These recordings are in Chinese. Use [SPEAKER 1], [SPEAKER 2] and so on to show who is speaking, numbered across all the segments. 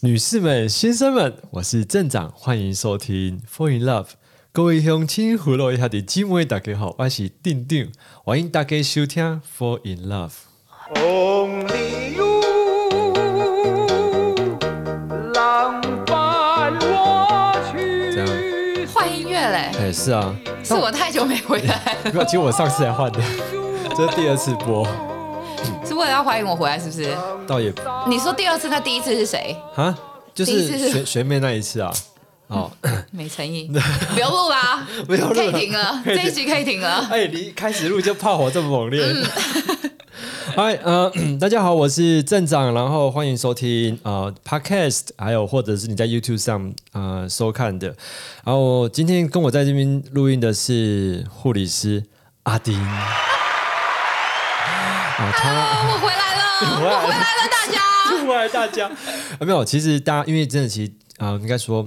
[SPEAKER 1] 女士们、先生们，我是镇长，欢迎收听《Fall in Love》。各位乡亲、父老一下的姊妹，大家好，我是定定，欢迎大家收听《Fall in Love》。
[SPEAKER 2] 红鲤鱼，浪伴我
[SPEAKER 1] 这样
[SPEAKER 2] 去。
[SPEAKER 3] 换音乐嘞，
[SPEAKER 1] 哎，是啊，
[SPEAKER 3] 是我太久没回来，
[SPEAKER 1] 没有，其实我上次才换的，这是第二次播，
[SPEAKER 3] 是为了要欢迎我回来，是不是？
[SPEAKER 1] 倒也
[SPEAKER 3] 你说第二次，那第一次是谁？
[SPEAKER 1] 啊，就
[SPEAKER 3] 第一次
[SPEAKER 1] 是
[SPEAKER 3] 是
[SPEAKER 1] 学学妹那一次啊。哦，
[SPEAKER 3] 没诚 意，不用录啦，
[SPEAKER 1] 不用录
[SPEAKER 3] 可
[SPEAKER 1] 了
[SPEAKER 3] 以停了，
[SPEAKER 1] 可以
[SPEAKER 3] 这
[SPEAKER 1] 停
[SPEAKER 3] 一集可以停了。
[SPEAKER 1] 哎，你一开始录就炮火这么猛烈。 嗨，呃，大家好，我是镇长，然后欢迎收听呃 Podcast，还有或者是你在 YouTube 上呃收看的。然后今天跟我在这边录音的是护理师阿丁。 啊，他。
[SPEAKER 3] 啊我回来了，
[SPEAKER 1] 回来了
[SPEAKER 3] 我回来了，大家。
[SPEAKER 1] 出来大家。啊、没有，其实大家因为真的，其实啊、呃应该说，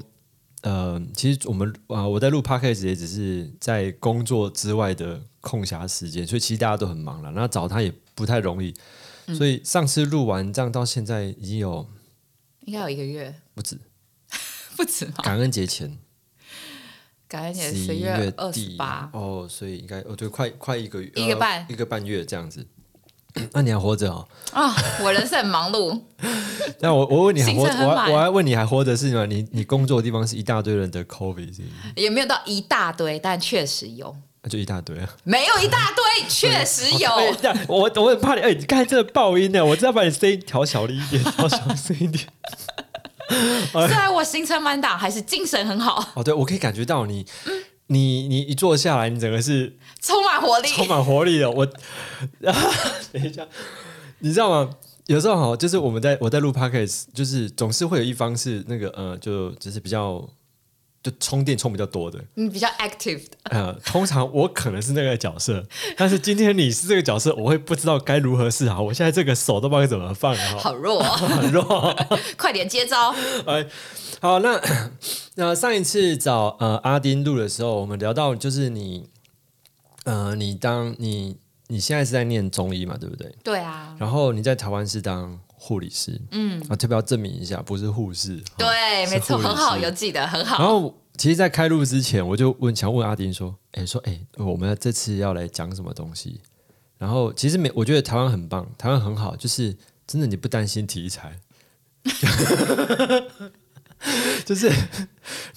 [SPEAKER 1] 呃，其实我们啊、我在录 podcast 也只是在工作之外的空暇时间，所以其实大家都很忙了，那找他也不太容易。
[SPEAKER 3] 嗯
[SPEAKER 1] 所以上次录完这样到现在已经有
[SPEAKER 3] 应该有一个月
[SPEAKER 1] 不止，
[SPEAKER 3] 不止吗？
[SPEAKER 1] 感恩节前
[SPEAKER 3] 感恩节
[SPEAKER 1] 十
[SPEAKER 3] 哦十
[SPEAKER 1] 一
[SPEAKER 3] 月二十
[SPEAKER 1] 底
[SPEAKER 3] 八，
[SPEAKER 1] 哦，所以应该哦对，快快一个月
[SPEAKER 3] 一个
[SPEAKER 1] 呃
[SPEAKER 3] 半
[SPEAKER 1] 一个半月这样子。 那、你还活着哦？
[SPEAKER 3] 啊，我人生很忙碌，
[SPEAKER 1] 那我我问你还活，我
[SPEAKER 3] 行程很
[SPEAKER 1] 还
[SPEAKER 3] 满
[SPEAKER 1] 我还问你还活着是吗？你你工作的地方是一大堆人的 COVID 是不是
[SPEAKER 3] 也没有到一大堆，但确实有，
[SPEAKER 1] 那就一大堆 啊！
[SPEAKER 3] 没有一大堆，确实有。
[SPEAKER 1] 哎这样我我很怕你，哎、你刚才真的爆音呢，我真的要把你声音调小了一点，调小声一点。
[SPEAKER 3] 虽然我行程满档，还是精神很好，
[SPEAKER 1] 哦，对，我可以感觉到你，你你一坐下来，你整个是
[SPEAKER 3] 充满活力。
[SPEAKER 1] 充满活力的。我， 啊等一下，你知道吗？有时候哈，就是我们在我在录 podcast，就是总是会有一方是那个呃，就就是比较就充电充比较多的，
[SPEAKER 3] 你比较 active 的，
[SPEAKER 1] 呃，通常我可能是那个角色，但是今天你是这个角色，我会不知道该如何是好。我现在这个手都不知道该怎么放了哈，
[SPEAKER 3] 好 弱、哦。
[SPEAKER 1] 很弱。
[SPEAKER 3] 快点接招！
[SPEAKER 1] 哎，好，那 那上一次找呃阿丁录的时候，我们聊到就是你，呃，你当你你现在是在念中医嘛，对不对？
[SPEAKER 3] 对啊，
[SPEAKER 1] 然后你在台湾是当护理师，嗯，啊，特别要证明一下，不是护士，哈
[SPEAKER 3] 对，没错，很好，。
[SPEAKER 1] 是护
[SPEAKER 3] 有
[SPEAKER 1] 理师
[SPEAKER 3] 记得很
[SPEAKER 1] 然
[SPEAKER 3] 好。
[SPEAKER 1] 后，其实，在开录之前，我就问想问阿丁说，哎，说哎，我们这次要来讲什么东西？然后，其实没，我觉得台湾很棒，台湾很好，就是真的你不担心题材， 就是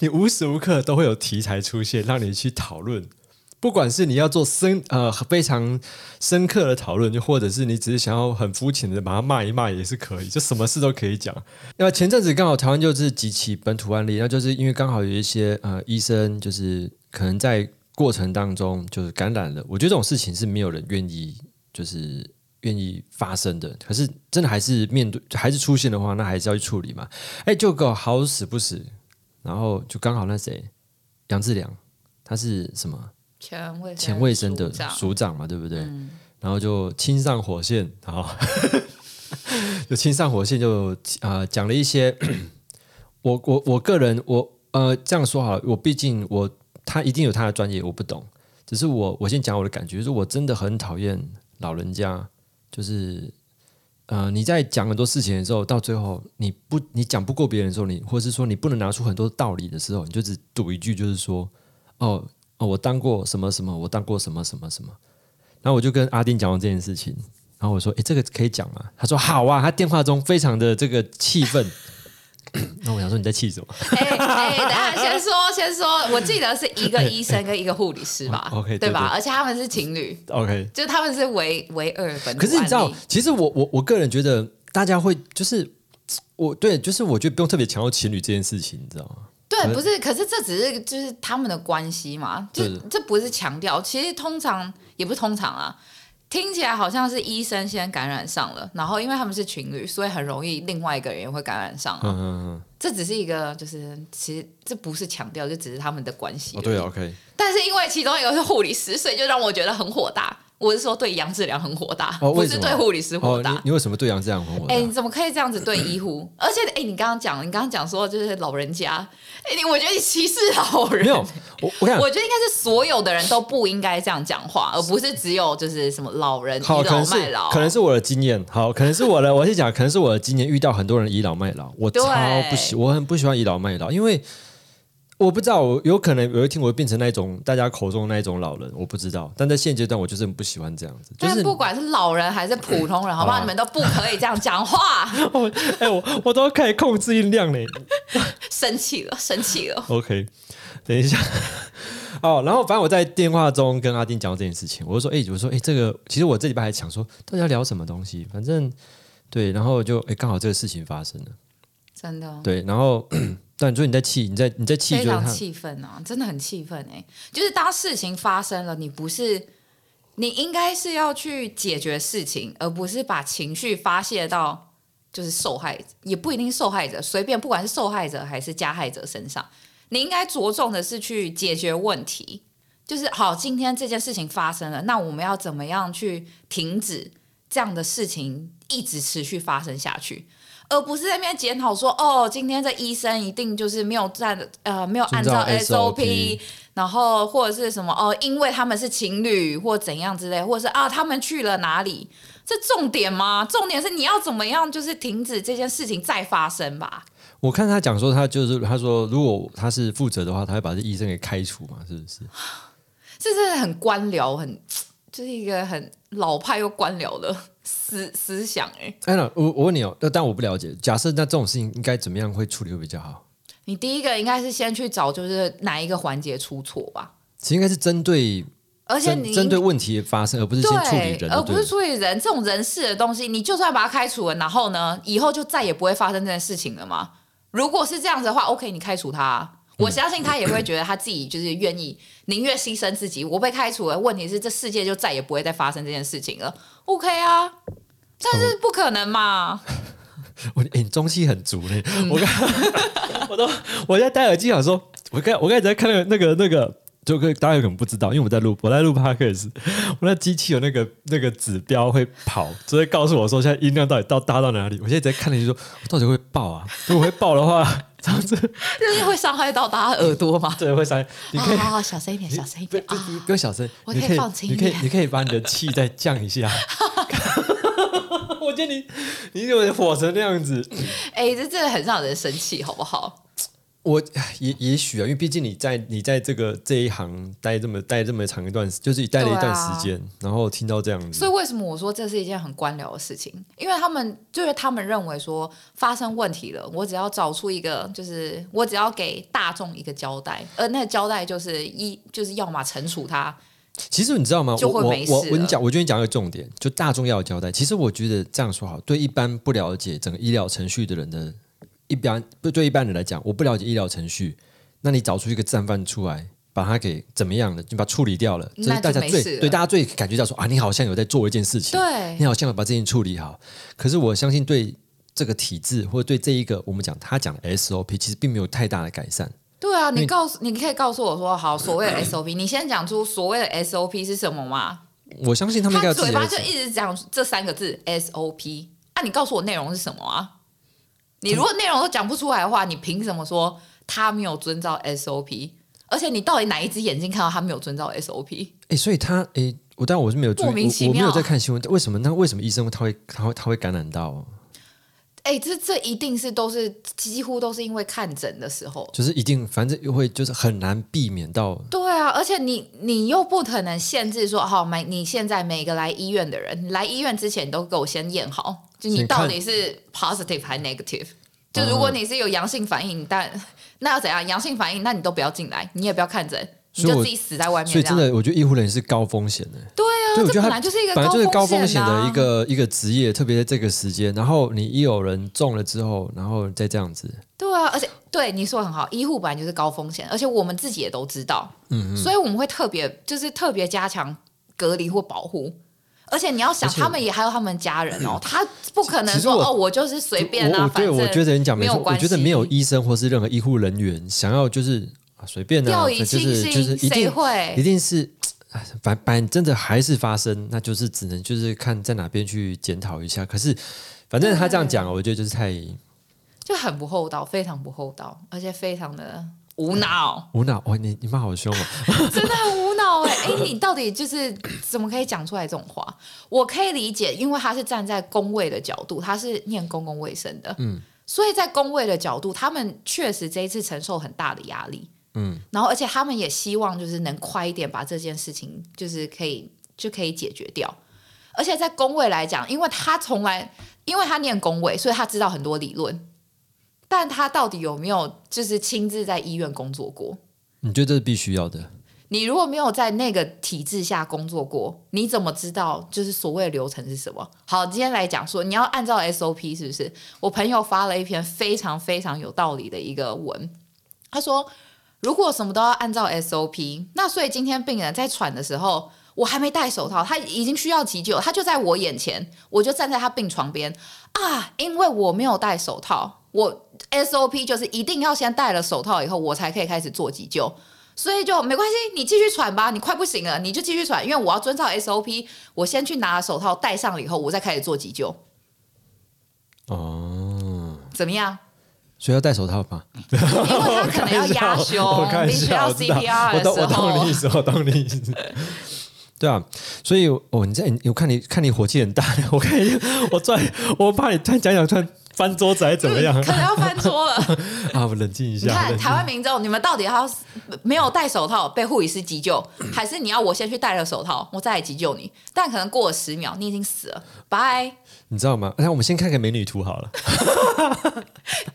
[SPEAKER 1] 你无时无刻都会有题材出现，让你去讨论。不管是你要做深呃非常深刻的讨论，就或者是你只是想要很肤浅的把它骂一骂也是可以，就什么事都可以讲。那前阵子刚好台湾就是几起本土案例，那就是因为刚好有一些呃医生就是可能在过程当中就是感染了，我觉得这种事情是没有人愿意就是呃愿意发生的，可是真的还是面对还是出现的话，那还是要去处理嘛。哎，就个好死不死，然后就刚好那谁杨志良他是什么？
[SPEAKER 3] 前卫
[SPEAKER 1] 前卫生的
[SPEAKER 3] 长
[SPEAKER 1] 署长嘛，对不对？然后就亲上火线，然后 就亲上火线就，啊讲了一些 我我我个人我呃这样说好了，我毕竟我他一定有他的专业，我不懂，只是我我先讲我的感觉，就是我真的很讨厌老人家，就是。呃，你在讲很多事情的时候，到最后你不你讲不过别人的时候，你或是说你不能拿出很多道理的时候，你就只赌一句，就是说，哦哦，我当过什么什么，我当过什么什么什么。然后我就跟阿丁讲完这件事情，然后我说：“诶，这个可以讲吗？”他说：“好啊。”他电话中非常的这个气愤。 那我想说你在气什么
[SPEAKER 3] 哎哎，等一下先说先说，我记得是一个医生跟一个护理 师吧
[SPEAKER 1] 哦 OK，对
[SPEAKER 3] 对
[SPEAKER 1] 对
[SPEAKER 3] 吧？而且他们是情侣，
[SPEAKER 1] ？OK。
[SPEAKER 3] 就他们是唯唯二本土案例。
[SPEAKER 1] 可是你知道，其实我我我个人觉得，大家会就是我对，就是我觉得不用特别强调情侣这件事情，你知道吗？
[SPEAKER 3] 对，不是，可是这只是就是他们的关系嘛，就
[SPEAKER 1] 对
[SPEAKER 3] 这不是强调，其实通常也不是通常啊。听起来好像是医生先感染上了，然后因为他们是情侣，所以很容易另外一个人也会感染上啊。
[SPEAKER 1] 嗯嗯
[SPEAKER 3] 这只是一个，就是其实这不是强调，就只是他们的关系
[SPEAKER 1] 嗯。
[SPEAKER 3] 而已。
[SPEAKER 1] 哦，对啊，OK。
[SPEAKER 3] 但是因为其中一个是护理师，所以就让我觉得很火大。我是说对杨志良很火大，
[SPEAKER 1] 哦
[SPEAKER 3] 不
[SPEAKER 1] 为什
[SPEAKER 3] 是
[SPEAKER 1] 么
[SPEAKER 3] 对护理师火
[SPEAKER 1] 哦，
[SPEAKER 3] 大。
[SPEAKER 1] 你你为什么对杨志良很火大？
[SPEAKER 3] 哎、你怎么可以这样子对医护？而且，哎、你刚刚讲，你刚刚讲说就是老人家，哎、你我觉得你歧视老人。
[SPEAKER 1] 没有，我我跟你
[SPEAKER 3] 我
[SPEAKER 1] 讲，
[SPEAKER 3] 觉得应该是所有的人都不应该这样讲话，而不是只有就是什么老人倚
[SPEAKER 1] 好，可
[SPEAKER 3] 老
[SPEAKER 1] 能
[SPEAKER 3] 卖
[SPEAKER 1] 是
[SPEAKER 3] 老，啊
[SPEAKER 1] 可能是我的经验，好，可能是我的，我先讲，可能是我的经验遇到很多人倚老卖老，我
[SPEAKER 3] 对
[SPEAKER 1] 超不喜，我很不喜欢倚老卖老，因为我不知道，我有可能有一天我会变成那种大家口中的那一种老人，我不知道，但在现阶段我就是很不喜欢这样子，就
[SPEAKER 3] 但
[SPEAKER 1] 是
[SPEAKER 3] 不管是老人还是普通人，好不
[SPEAKER 1] 好
[SPEAKER 3] 好？
[SPEAKER 1] 啊
[SPEAKER 3] 你们都不可以这样讲话，
[SPEAKER 1] 我 哎、我我都可以控制音量嘞。
[SPEAKER 3] 生气了，生气了。
[SPEAKER 1] OK，等一下。哦，然后反正我在电话中跟阿丁讲到这件事情，我就说，哎、我说，哎、这个其实我这礼拜还想说，到底要聊什么东西？反正对，然后就哎，刚、好这个事情发生了，
[SPEAKER 3] 真的，
[SPEAKER 1] 对，然后 但你说你在气，你在你在气，
[SPEAKER 3] 哦非
[SPEAKER 1] 就是
[SPEAKER 3] 常
[SPEAKER 1] 他，
[SPEAKER 3] 气愤啊，真的很气愤哎！就是当事情发生了，你不是，你应该是要去解决事情，而不是把情绪发泄到就是受害者，也不一定受害者，随便不管是受害者还是加害者身上，你应该着重的是去解决问题。就是好，今天这件事情发生了，那我们要怎么样去停止这样的事情一直持续发生下去？而不是在那边检讨说，哦，今天这医生一定就是没有站呃没有按照
[SPEAKER 1] 遵照
[SPEAKER 3] SOP，然后或者是什么哦，因为他们是情侣或怎样之类，或者是啊他们去了哪里，这重点吗？重点是你要怎么样就是停止这件事情再发生吧？
[SPEAKER 1] 我看他讲说，他就是他说，如果他是负责的话，他会把这医生给开除嘛，是不 是？
[SPEAKER 3] 这真的很官僚，很就是一个很老派又官僚的思思想哎、
[SPEAKER 1] 哎，那我我问你哦，那但我不了解，假设那这种事情应该怎么样会处理会比较好？
[SPEAKER 3] 你第一个应该是先去找就是哪一个环节出错吧，
[SPEAKER 1] 其实应该是针对
[SPEAKER 3] 而且
[SPEAKER 1] 针
[SPEAKER 3] 你
[SPEAKER 1] 针对问题的发生，而不是先处理人
[SPEAKER 3] 对，
[SPEAKER 1] 就对了，
[SPEAKER 3] 而不是处理人这种人事的东西，你就算把它开除了，然后呢，以后就再也不会发生这件事情了吗？如果是这样子的话，OK，你开除他啊，我相信他也会觉得他自己就是愿意，宁愿牺牲自己，我被开除了。问题是这世界就再也不会再发生这件事情了，OK 啊？但是不可能嘛，
[SPEAKER 1] 我哎、你中气很足嘞！
[SPEAKER 3] 嗯
[SPEAKER 1] 我 刚我都我在戴耳机想说，我刚我刚才在看那个那个，就跟大家可能不知道，因为我们在录我在录 podcast，我那机器有那个那个指标会跑，就会告诉我说现在音量到底到搭到哪里。我现在在看了就说，我到底会爆啊？如果会爆的话， 这样子
[SPEAKER 3] 就是会伤害到大家耳 朵嘛。
[SPEAKER 1] 真的会伤。你
[SPEAKER 3] 好
[SPEAKER 1] 可以。
[SPEAKER 3] 好好，小声一点，小声一
[SPEAKER 1] 不
[SPEAKER 3] 点
[SPEAKER 1] 不
[SPEAKER 3] 啊！
[SPEAKER 1] 不不用小声，
[SPEAKER 3] 我
[SPEAKER 1] 你
[SPEAKER 3] 哦可以
[SPEAKER 1] 可以
[SPEAKER 3] 放轻
[SPEAKER 1] 你
[SPEAKER 3] 一
[SPEAKER 1] 可以
[SPEAKER 3] 点
[SPEAKER 1] 你可以把你的气再降一 下。 我觉得你你怎么火成那样子？
[SPEAKER 3] 哎、这真的很让人生气，好不好？
[SPEAKER 1] 我也也许啊，因为毕竟你在你在这个这一行待这么待这么长一段时，就是待了一段时间，然后听到这样
[SPEAKER 3] 所以
[SPEAKER 1] 子，
[SPEAKER 3] 为什么我说这是一件很官僚的事情？因为他们就是他们认为说发生问题了，我只要找出一个，就是我只要给大众一个交代，而那个交代就是一就是要么惩处他，
[SPEAKER 1] 其实你知道吗？我
[SPEAKER 3] 就会
[SPEAKER 1] 我
[SPEAKER 3] 没事
[SPEAKER 1] 我
[SPEAKER 3] 了
[SPEAKER 1] 我你讲，我觉得你讲一个重点，就大众要有交代。其实我觉得这样说好，对一般不了解整个医疗程序的人的，一般不对一般人来讲，我不了解医疗程序，那你找出一个战犯出来。把他给怎么样了？就把他处理掉了，这是
[SPEAKER 3] 那就
[SPEAKER 1] 大家
[SPEAKER 3] 没
[SPEAKER 1] 最
[SPEAKER 3] 事了
[SPEAKER 1] 对大家最感觉到说啊，你好像有在做一件事情，啊
[SPEAKER 3] 对
[SPEAKER 1] 你好像有把这件事情处理好。可是我相信对这个体制或者对这一个我们讲他讲的 SOP，其实并没有太大的改善。
[SPEAKER 3] 对啊，你
[SPEAKER 1] 为
[SPEAKER 3] 告诉你可以告诉我说，好，所谓的 SOP，你先讲出所谓的 SOP 是什么嘛？
[SPEAKER 1] 我相信他们应该有
[SPEAKER 3] 他
[SPEAKER 1] 自
[SPEAKER 3] 嘴
[SPEAKER 1] 己的
[SPEAKER 3] 巴就一直讲这三个字 SOP，啊，你告诉我内容是什么啊？你如果内容都讲不出来的话，你凭什么说他没有遵照 SOP？而且你到底哪一只眼睛看到他没有遵照 SOP？
[SPEAKER 1] 哎、所以他哎、我但我是没有注意，
[SPEAKER 3] 莫名其
[SPEAKER 1] 我我没有
[SPEAKER 3] 妙
[SPEAKER 1] 在看新闻，为什么？那为什么医生他会他会他会感染到？
[SPEAKER 3] 哎、这这一定是都是几乎都是因为看诊的时候。
[SPEAKER 1] 就是一定，反正会就是很难避免到。
[SPEAKER 3] 对啊，而且你你又不可能限制说，好，每你现在每个来医院的人，你来医院之前你都给我先验好，就你
[SPEAKER 1] 先看
[SPEAKER 3] 到底是 positive 还 negative。就如果你是有阳性反应，但那要怎样？阳性反应，那你都不要进来，你也不要看诊，你
[SPEAKER 1] 所以我
[SPEAKER 3] 就自己死在外面
[SPEAKER 1] 所
[SPEAKER 3] 这
[SPEAKER 1] 以真
[SPEAKER 3] 样。
[SPEAKER 1] 的，我觉得医护人员是高风险的、
[SPEAKER 3] 对啊，
[SPEAKER 1] 对，我觉
[SPEAKER 3] 这
[SPEAKER 1] 得
[SPEAKER 3] 本
[SPEAKER 1] 他
[SPEAKER 3] 来就是一个
[SPEAKER 1] 本来就是高风险
[SPEAKER 3] 险啊
[SPEAKER 1] 的一。个一个职业，特别在这个时间。然后你一有人中了之后，然后再这样子，
[SPEAKER 3] 对啊，而且对你说得很好，医护本来就是高风险，而且我们自己也都知道，嗯，所以我们会特别就是特别加强隔离或保护。而且你要想，
[SPEAKER 1] 而且嗯
[SPEAKER 3] 他们也还有他们家人哦，他不可
[SPEAKER 1] 其
[SPEAKER 3] 能
[SPEAKER 1] 实
[SPEAKER 3] 说
[SPEAKER 1] 我
[SPEAKER 3] 哦，我就是随便
[SPEAKER 1] 我
[SPEAKER 3] 啊，
[SPEAKER 1] 我
[SPEAKER 3] 反
[SPEAKER 1] 对
[SPEAKER 3] 正
[SPEAKER 1] 我觉得你讲没
[SPEAKER 3] 没有
[SPEAKER 1] 错，我
[SPEAKER 3] 关系
[SPEAKER 1] 觉得没有医生或是任何医护人员想要就是啊随便啊，
[SPEAKER 3] 掉以
[SPEAKER 1] 就
[SPEAKER 3] 轻
[SPEAKER 1] 是
[SPEAKER 3] 心，
[SPEAKER 1] 就是一
[SPEAKER 3] 谁
[SPEAKER 1] 定一
[SPEAKER 3] 会？
[SPEAKER 1] 定是哎反反真的还是发生，那就是只能就是看在哪边去检讨一下。可是反正他这样讲，我觉得就是太
[SPEAKER 3] 就很不厚道，非常不厚道，而且非常的无脑，
[SPEAKER 1] 无脑。哇，你你骂好 凶哦！
[SPEAKER 3] 真的很无脑哎、哎，你到底就是怎么可以讲出来这种话？我可以理解，因为他是站在工位的角度，他是念公共卫生的，嗯，所以在工位的角度，他们确实这一次承受很大的压力，
[SPEAKER 1] 嗯，
[SPEAKER 3] 然后而且他们也希望就是能快一点把这件事情就是可以就可以解决掉。而且在工位来讲，因为他从来，因为他念工位，所以他知道很多理论，但他到底有没有就是亲自在医院工作过？
[SPEAKER 1] 你觉得这是必须要的？
[SPEAKER 3] 你如果没有在那个体制下工作过，你怎么知道就是所谓的流程是什么？好，今天来讲说你要按照 SOP 是不是？我朋友发了一篇非常非常有道理的一个文，他说如果什么都要按照 SOP，那所以今天病人在喘的时候。我还没戴手套，他已经需要急救，他就在我眼前，我就站在他病床边啊，因为我没有戴手套，我 SOP 就是一定要先戴了手套以后，我才可以开始做急救。所以就没关系，你继续喘吧，你快不行了，你就继续喘，因为我要遵照 SOP，我先去拿手套戴上了以后，我再开始做急救，
[SPEAKER 1] 哦，
[SPEAKER 3] 怎么样？
[SPEAKER 1] 所以要戴手套吧？
[SPEAKER 3] 因为他可能要 压
[SPEAKER 1] 我
[SPEAKER 3] 胸
[SPEAKER 1] 看，一
[SPEAKER 3] 必须
[SPEAKER 1] 下，
[SPEAKER 3] 要
[SPEAKER 1] 我知道，
[SPEAKER 3] CPR
[SPEAKER 1] 我
[SPEAKER 3] 的
[SPEAKER 1] 懂，我
[SPEAKER 3] 时
[SPEAKER 1] 懂
[SPEAKER 3] 候
[SPEAKER 1] 你意，思，我懂你意 思。对啊，所以哦，你在你我看你看你火气很大， 我看你我突然我怕你突然讲讲突然翻桌子还是怎么样
[SPEAKER 3] 可能要翻桌了。
[SPEAKER 1] 啊？我冷静一
[SPEAKER 3] 嗯你
[SPEAKER 1] 下，
[SPEAKER 3] 看
[SPEAKER 1] 冷静
[SPEAKER 3] 台湾民众，你们到底要没有戴手套被护理师急救，还是你要我先去戴了手套，我再来急救你？但可能过了十秒，你已经死了，拜，
[SPEAKER 1] 你知道吗？ 那我们先看个美女图好 了。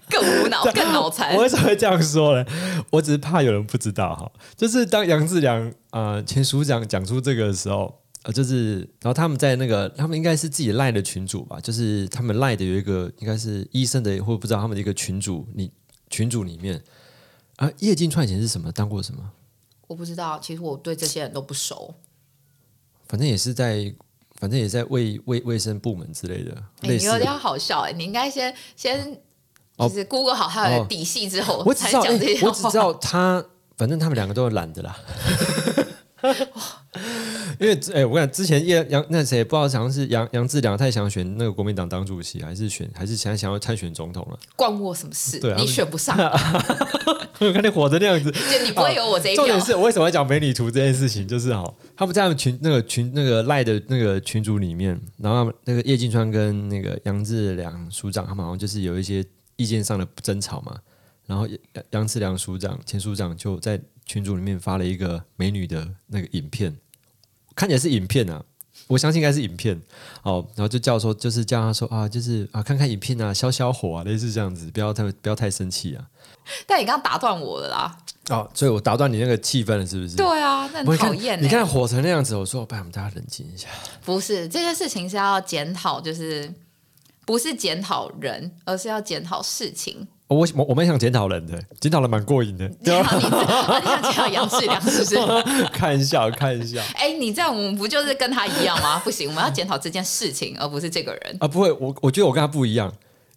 [SPEAKER 3] 更 无脑，更脑残
[SPEAKER 1] 我。为什么会这样说呢？我只是怕有人不知道哈。就是当杨志良呃前署长讲出这个的时候，呃，就是然后他们在那个他们应该是自己赖的群主吧，就是他们赖的有一个应该是医生的，或者不知道他们的一个群主，你群主里面啊，叶金川以前是什么当过什么，
[SPEAKER 3] 我不知道，其实我对这些人都不熟。
[SPEAKER 1] 反正也是在。反正也在卫卫卫生部门之类的，
[SPEAKER 3] 哎、
[SPEAKER 1] 类
[SPEAKER 3] 你
[SPEAKER 1] 似
[SPEAKER 3] 有
[SPEAKER 1] 的
[SPEAKER 3] 点好笑哎、你应该先先
[SPEAKER 1] 哦
[SPEAKER 3] 就是 Google 好他的
[SPEAKER 1] 哦
[SPEAKER 3] 底细之后，
[SPEAKER 1] 我只
[SPEAKER 3] 才
[SPEAKER 1] 知道，
[SPEAKER 3] 讲
[SPEAKER 1] 哎
[SPEAKER 3] 这些话。
[SPEAKER 1] 我只知道他，反正他们两个都懒得啦。 因为哎、我跟你讲，之前叶杨那谁不知道，好像是杨杨志良太想选那个国民党党主席，还是选还是想想要参选总统了。
[SPEAKER 3] 关我什么事
[SPEAKER 1] 对啊？
[SPEAKER 3] 你 选不上，
[SPEAKER 1] 我 看你火成那样子，
[SPEAKER 3] 就你不会有我这一
[SPEAKER 1] 哦重
[SPEAKER 3] 票
[SPEAKER 1] 点。是我为什么要讲美女图这件事情？就是哈，他们在他们群那个群那个赖的那个群组里面，然后他们那个叶金川跟那个杨志良署长，他们好像就是有一些意见上的争吵嘛。然后杨杨志良署长前署长就在群组里面发了一个美女的那个影片，看起来是影片啊。我相信应该是影片哦，然后就叫说，就是叫他说啊，就是啊，看看影片啊，消消火啊，类似这样子，不要太不要太生气啊。
[SPEAKER 3] 但你刚刚打断我了啦。
[SPEAKER 1] 哦，所以我打断你那个气氛了，是不是？
[SPEAKER 3] 对啊，那
[SPEAKER 1] 哦我
[SPEAKER 3] 很
[SPEAKER 1] 看
[SPEAKER 3] 讨厌
[SPEAKER 1] 你
[SPEAKER 3] 哎。
[SPEAKER 1] 看火成那样子，我说，拜，我们大家冷静一下。
[SPEAKER 3] 不是这件事情是要检讨，就是不是检讨人，而是要检讨事情。
[SPEAKER 1] 哦我我我蛮想检讨人的，欸检讨人蛮过 瘾的，
[SPEAKER 3] 检讨你自己，啊你想检讨杨志良是不是？
[SPEAKER 1] 看一下，看一下
[SPEAKER 3] 哎、你这样我们不就是跟他一样吗？不行，我们要检讨这件事情，而不是这个 人。
[SPEAKER 1] 啊，不会，我我觉得我跟他不一样，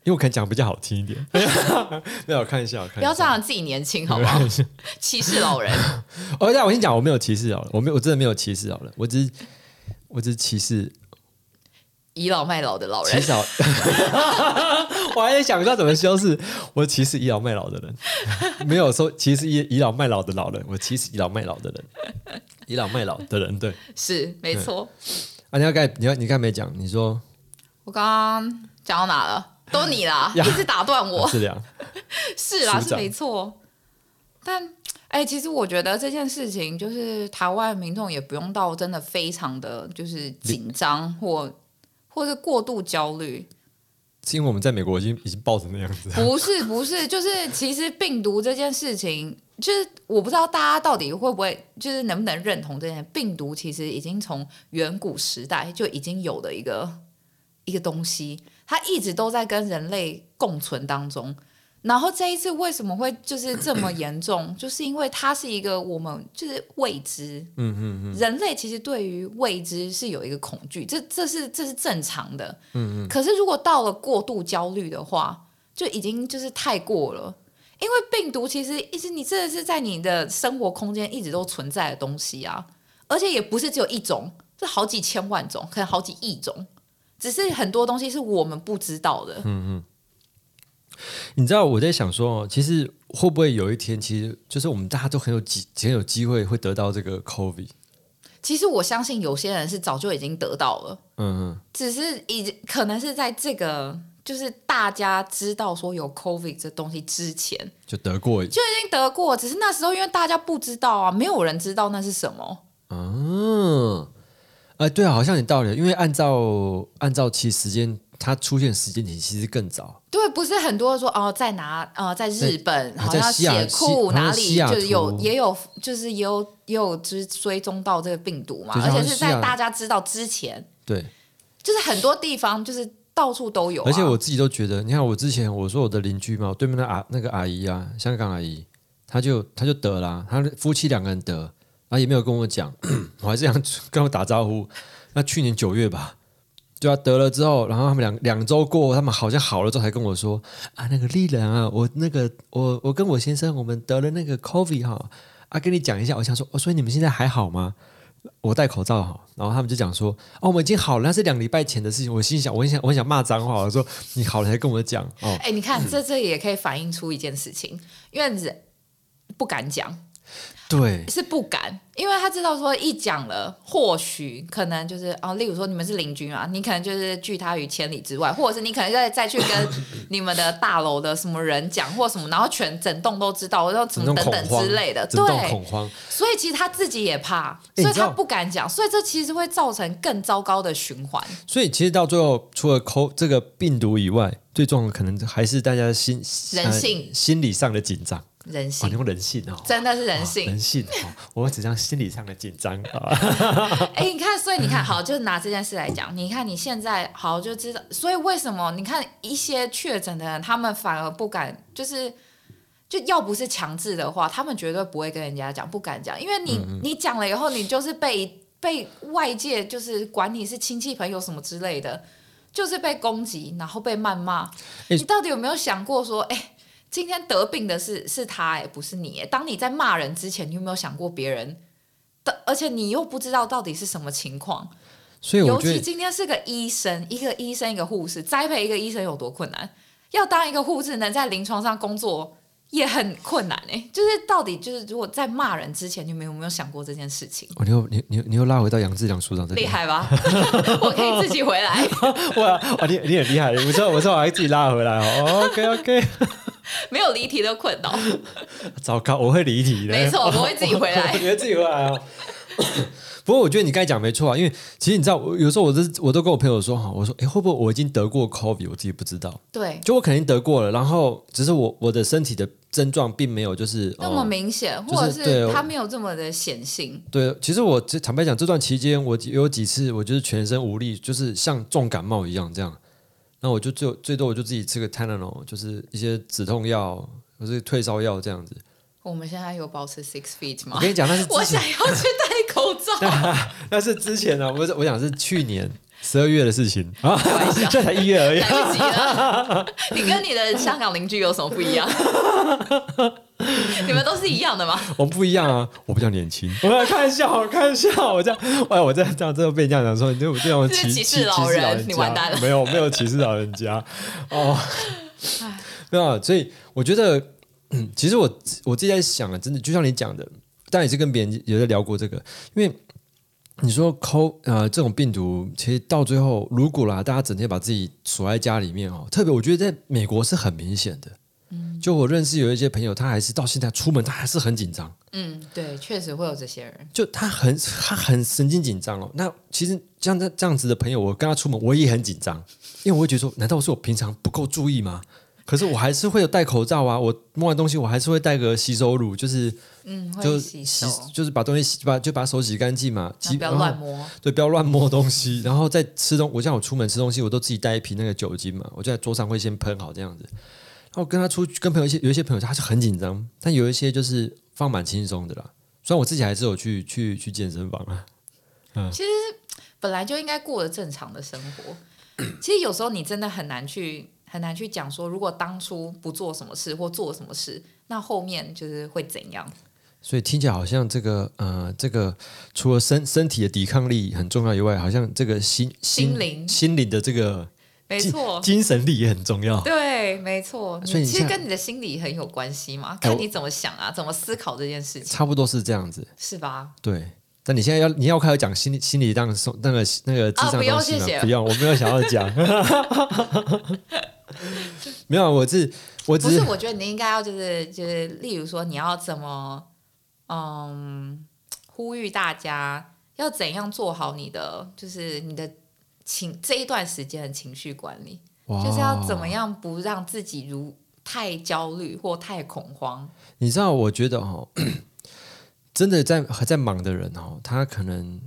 [SPEAKER 1] 因为我可能讲比较好听一 点。 没有，看一下，我看一下。
[SPEAKER 3] 不要这样，自己年轻好不好？ 歧视老人。
[SPEAKER 1] 哦，那我先讲，我没有歧视好了，我没有，我真的没有歧视好了，我只是我只是歧视
[SPEAKER 3] 倚老卖老的老
[SPEAKER 1] 歧
[SPEAKER 3] 人，
[SPEAKER 1] 视好，我还在想不到怎么修饰，我歧视倚老卖老的人，没有说歧视倚倚老卖老的老人，我歧视倚老卖老的人，倚老卖老的人，对。
[SPEAKER 3] 是没错。
[SPEAKER 1] 啊，你要该你要你刚才没讲，你说
[SPEAKER 3] 我刚刚讲到哪了？都你啦，
[SPEAKER 1] 呀
[SPEAKER 3] 一直打断 我。
[SPEAKER 1] 啊是这样，
[SPEAKER 3] 是啦，
[SPEAKER 1] 署
[SPEAKER 3] 是
[SPEAKER 1] 长
[SPEAKER 3] 没错。但哎、其实我觉得这件事情，就是台湾民众也不用到真的非常的就是紧张或或是过度焦虑。
[SPEAKER 1] 是因为我们在美国已经已经爆成那样子，啊
[SPEAKER 3] 不是不是，就是其实病毒这件事情，就是我不知道大家到底会不会，就是能不能认同这件病毒，其实已经从远古时代就已经有的一个一个东西，它一直都在跟人类共存当中。然后这一次为什么会就是这么严重，就是因为它是一个我们就是未知，
[SPEAKER 1] 嗯嗯嗯，
[SPEAKER 3] 人类其实对于未知是有一个恐惧，这这是这是正常的。嗯嗯。可是如果到了过度焦虑的话，就已经就是太过了。因为病毒其实一直你真的是在你的生活空间一直都存在的东西啊，而且也不是只有一种，是好几千万种，可能好几亿种，只是很多东西是我们不知道的。
[SPEAKER 1] 你知道我在想说哦，其实会不会有一天，其实就是我们大家都很有机很有机会会得到这个 COVID。
[SPEAKER 3] 其实我相信有些人是早就已经得到了，
[SPEAKER 1] 嗯嗯，
[SPEAKER 3] 只是已经可能是在这个就是大家知道说有 COVID 这东西之前
[SPEAKER 1] 就得过
[SPEAKER 3] 就已经得过，只是那时候因为大家不知道啊，没有人知道那是什么。
[SPEAKER 1] 嗯，哎、对啊，好像有道理，因为按照按照其实时间，它出现时间点其实更早，
[SPEAKER 3] 对，不是很多人说哦，在哪呃，在日本
[SPEAKER 1] 啊
[SPEAKER 3] 好
[SPEAKER 1] 在
[SPEAKER 3] 像
[SPEAKER 1] 西雅
[SPEAKER 3] 血
[SPEAKER 1] 西好
[SPEAKER 3] 库
[SPEAKER 1] 像
[SPEAKER 3] 哪
[SPEAKER 1] 西
[SPEAKER 3] 里
[SPEAKER 1] 雅
[SPEAKER 3] 就是有
[SPEAKER 1] 图
[SPEAKER 3] 也有就是也有也有就是追踪到这个病毒嘛，
[SPEAKER 1] 对
[SPEAKER 3] 而
[SPEAKER 1] 好
[SPEAKER 3] 且
[SPEAKER 1] 像
[SPEAKER 3] 是
[SPEAKER 1] 西雅
[SPEAKER 3] 在大家知道之前，
[SPEAKER 1] 对。
[SPEAKER 3] 就是很多地方就是到处都有啊、
[SPEAKER 1] 而且我自己都觉得，你看我之前我说我的邻居嘛，我对面的阿那个阿姨啊，香港阿姨，她就她就得啦，她夫妻两个人得，然后也没有跟我讲， 我还是想跟我打招呼。那去年九月吧，对啊，得了之后，然后他们两两周过后，他们好像好了之后才跟我说啊，那个丽人啊，我那个我我跟我先生我们得了那个 COVID 哈，啊，跟你讲一下，我想说，哦，所以你们现在还好吗？我戴口罩哈，然后他们就讲说，哦，我们已经好了，那是两礼拜前的事情。我心想，我很想，我很想骂脏话，我说你好了才跟我讲哦。
[SPEAKER 3] 哎、你看这这也可以反映出一件事情，因为人不敢讲，
[SPEAKER 1] 对，
[SPEAKER 3] 是不敢，因为他知道说一讲了，或许可能就是哦，例如说你们是邻居嘛，你可能就是拒他于千里之外，或者是你可能再再去 跟你们的大楼的什么人讲或什么，然后全整栋都知道，然后什
[SPEAKER 1] 整
[SPEAKER 3] 么
[SPEAKER 1] 种恐
[SPEAKER 3] 等等
[SPEAKER 1] 慌
[SPEAKER 3] 之类的，
[SPEAKER 1] 整种
[SPEAKER 3] 对
[SPEAKER 1] 恐，慌。
[SPEAKER 3] 所以其实他自己也怕，
[SPEAKER 1] 哎
[SPEAKER 3] 所
[SPEAKER 1] 你
[SPEAKER 3] 以
[SPEAKER 1] 知
[SPEAKER 3] 他
[SPEAKER 1] 道
[SPEAKER 3] 不敢讲，所以这其实会造成更糟糕的循环。
[SPEAKER 1] 所以其实到最后，除了 CO 这个病毒以外，最重要的可能还是大家心
[SPEAKER 3] 人
[SPEAKER 1] 呃
[SPEAKER 3] 性
[SPEAKER 1] 心理上的紧张。
[SPEAKER 3] 人
[SPEAKER 1] 哦，你
[SPEAKER 3] 性
[SPEAKER 1] 用人性哦，
[SPEAKER 3] 真的是啊
[SPEAKER 1] 哦
[SPEAKER 3] 人
[SPEAKER 1] 人
[SPEAKER 3] 性，
[SPEAKER 1] 性哦，我只讲心理上的紧张 啊。
[SPEAKER 3] 哎、你看，所以你看，好，就是拿这件事来讲，你看你现在好就知道，所以为什么你看一些确诊的人，他们反而不敢，就是就要不是强制的话，他们绝对不会跟人家讲，不敢讲，因为你、你讲了以后，你就是被被外界就是管你是亲戚朋友什么之类的，就是被攻击，然后被谩骂。
[SPEAKER 1] 哎
[SPEAKER 3] 你到底有没有想过说，哎、今天得病的是是他、哎，不是你、哎，当你在骂人之前，你有没有想过别人？的，而且你又不知道到底是什么情况，
[SPEAKER 1] 所以我
[SPEAKER 3] 尤
[SPEAKER 1] 觉
[SPEAKER 3] 其
[SPEAKER 1] 得，
[SPEAKER 3] 今天是个医生，一个医生一个护士，栽培一个医生有多困难？要当一个护士能在临床上工作也很困难哎、就是到底就是如果在骂人之前，你们有没有想过这件事情？
[SPEAKER 1] 哦，你又你你你又拉回到杨志良署长这里
[SPEAKER 3] 厉，害吧？ 我可以自己回来，
[SPEAKER 1] 哇，哦，你你很厉害，我知道我知道，我还自己拉回来哦。OK OK，
[SPEAKER 3] 没有离题的困扰。
[SPEAKER 1] 糟糕，我会离题的。哦
[SPEAKER 3] 没错，我会自己回 来
[SPEAKER 1] 我。觉得自己回来哦。 不过我觉得你刚才讲没错啊，因为其实你知道，我有时候我都我都跟我朋友说哈，我说哎会不会我已经得过 COVID，我自己不知道，
[SPEAKER 3] 对，
[SPEAKER 1] 就我肯定得过了，然后只是我我的身体的症状并没有就是
[SPEAKER 3] 那么
[SPEAKER 1] 哦
[SPEAKER 3] 明显，
[SPEAKER 1] 就是
[SPEAKER 3] 或者
[SPEAKER 1] 对
[SPEAKER 3] 是他没有这么的显性。
[SPEAKER 1] 对，其实我这坦白讲，这段期间我有几次我就是全身无力，就是像重感冒一样这样。那我就最最多我就自己吃个 Tylenol，就是一些止痛药或是退烧药这样子。
[SPEAKER 3] 我们现在有保持 six feet 吗
[SPEAKER 1] 我？跟你讲，那是
[SPEAKER 3] 我
[SPEAKER 1] 之
[SPEAKER 3] 想
[SPEAKER 1] 前，
[SPEAKER 3] 要去戴口罩。
[SPEAKER 1] 那是之前啊，我是我想是去年十二月的事情啊，
[SPEAKER 3] 玩 笑
[SPEAKER 1] 现在才一月而已。
[SPEAKER 3] 来不及了。 你跟你的香港邻居有什么不一样？ 你们都是一样的吗？
[SPEAKER 1] 我们不一样啊，我比较年轻。我在开玩笑，我开玩笑，我这样，哎，我这样这样，真的被人家讲说你对我这种
[SPEAKER 3] 这是
[SPEAKER 1] 歧
[SPEAKER 3] 歧视
[SPEAKER 1] 歧
[SPEAKER 3] 老人
[SPEAKER 1] 家
[SPEAKER 3] 你完蛋了
[SPEAKER 1] 没有没有歧视老人 家哦，没有啊，所以我觉得，嗯其实我我自己在想啊，真的就像你讲的，但也是跟别人也在聊过这个，因为。你说 CO 呃这种病毒，其实到最后，如果啦，大家整天把自己锁在家里面哦，特别我觉得在美国是很明显的。就我认识有一些朋友，他还是到现在出门，他还是很紧张。
[SPEAKER 3] 嗯，对，确实会有这些人。
[SPEAKER 1] 就他很他很神经紧张哦。那其实像这这样子的朋友，我跟他出门我也很紧张，因为我会觉得说，难道是我平常不够注意吗？可是我还是会有戴口罩啊，我摸完东西我还是会戴个洗手乳，就是
[SPEAKER 3] 嗯，
[SPEAKER 1] 就
[SPEAKER 3] 会洗手，
[SPEAKER 1] 就是把东西洗把就把手洗干净嘛，
[SPEAKER 3] 然后
[SPEAKER 1] 洗
[SPEAKER 3] 不要
[SPEAKER 1] 然后
[SPEAKER 3] 乱摸。
[SPEAKER 1] 对，不要乱摸东西。然后在吃东，我像我出门吃东西，我都自己带一瓶那个酒精嘛，我就在桌上会先喷好这样子。然后跟他出去，跟朋友一些有一些朋友他是很紧张，但有一些就是放蛮轻松的啦。虽然我自己还是有去去去健身房啊，
[SPEAKER 3] 本来就应该过得正常的生活。其实有时候你真的很难去很难去讲说，如果当初不做什么事或做什么事，那后面就是会怎样？
[SPEAKER 1] 所以听起来好像这个呃，这个除了身身体的抵抗力很重要以外，好像这个心
[SPEAKER 3] 心灵
[SPEAKER 1] 心灵的这个
[SPEAKER 3] 没
[SPEAKER 1] 精
[SPEAKER 3] 错，
[SPEAKER 1] 精神力也很重要。
[SPEAKER 3] 对，没错。
[SPEAKER 1] 所以你
[SPEAKER 3] 你其实
[SPEAKER 1] 现在
[SPEAKER 3] 跟你的心理很有关系嘛，
[SPEAKER 1] 哎我
[SPEAKER 3] 看你怎么想啊，怎么思考这件事情，
[SPEAKER 1] 差不多是这样子，
[SPEAKER 3] 是吧？
[SPEAKER 1] 对。但你现在要你要开始讲心理心理上送那个那个智
[SPEAKER 3] 啊
[SPEAKER 1] 商
[SPEAKER 3] 不用
[SPEAKER 1] 东西吗
[SPEAKER 3] 谢谢
[SPEAKER 1] 不用，我没有想要 讲。没有，啊我是我
[SPEAKER 3] 不
[SPEAKER 1] 只
[SPEAKER 3] 是，我觉得你应该要就是就是，例如说你要怎么，嗯，呼吁大家要怎样做好你的就是你的情这一段时间的情绪管理，
[SPEAKER 1] 哇
[SPEAKER 3] 就是要怎么样不让自己如太焦虑或太恐慌。
[SPEAKER 1] 你知道，我觉得哦， 真的在还在忙的人哦，他可能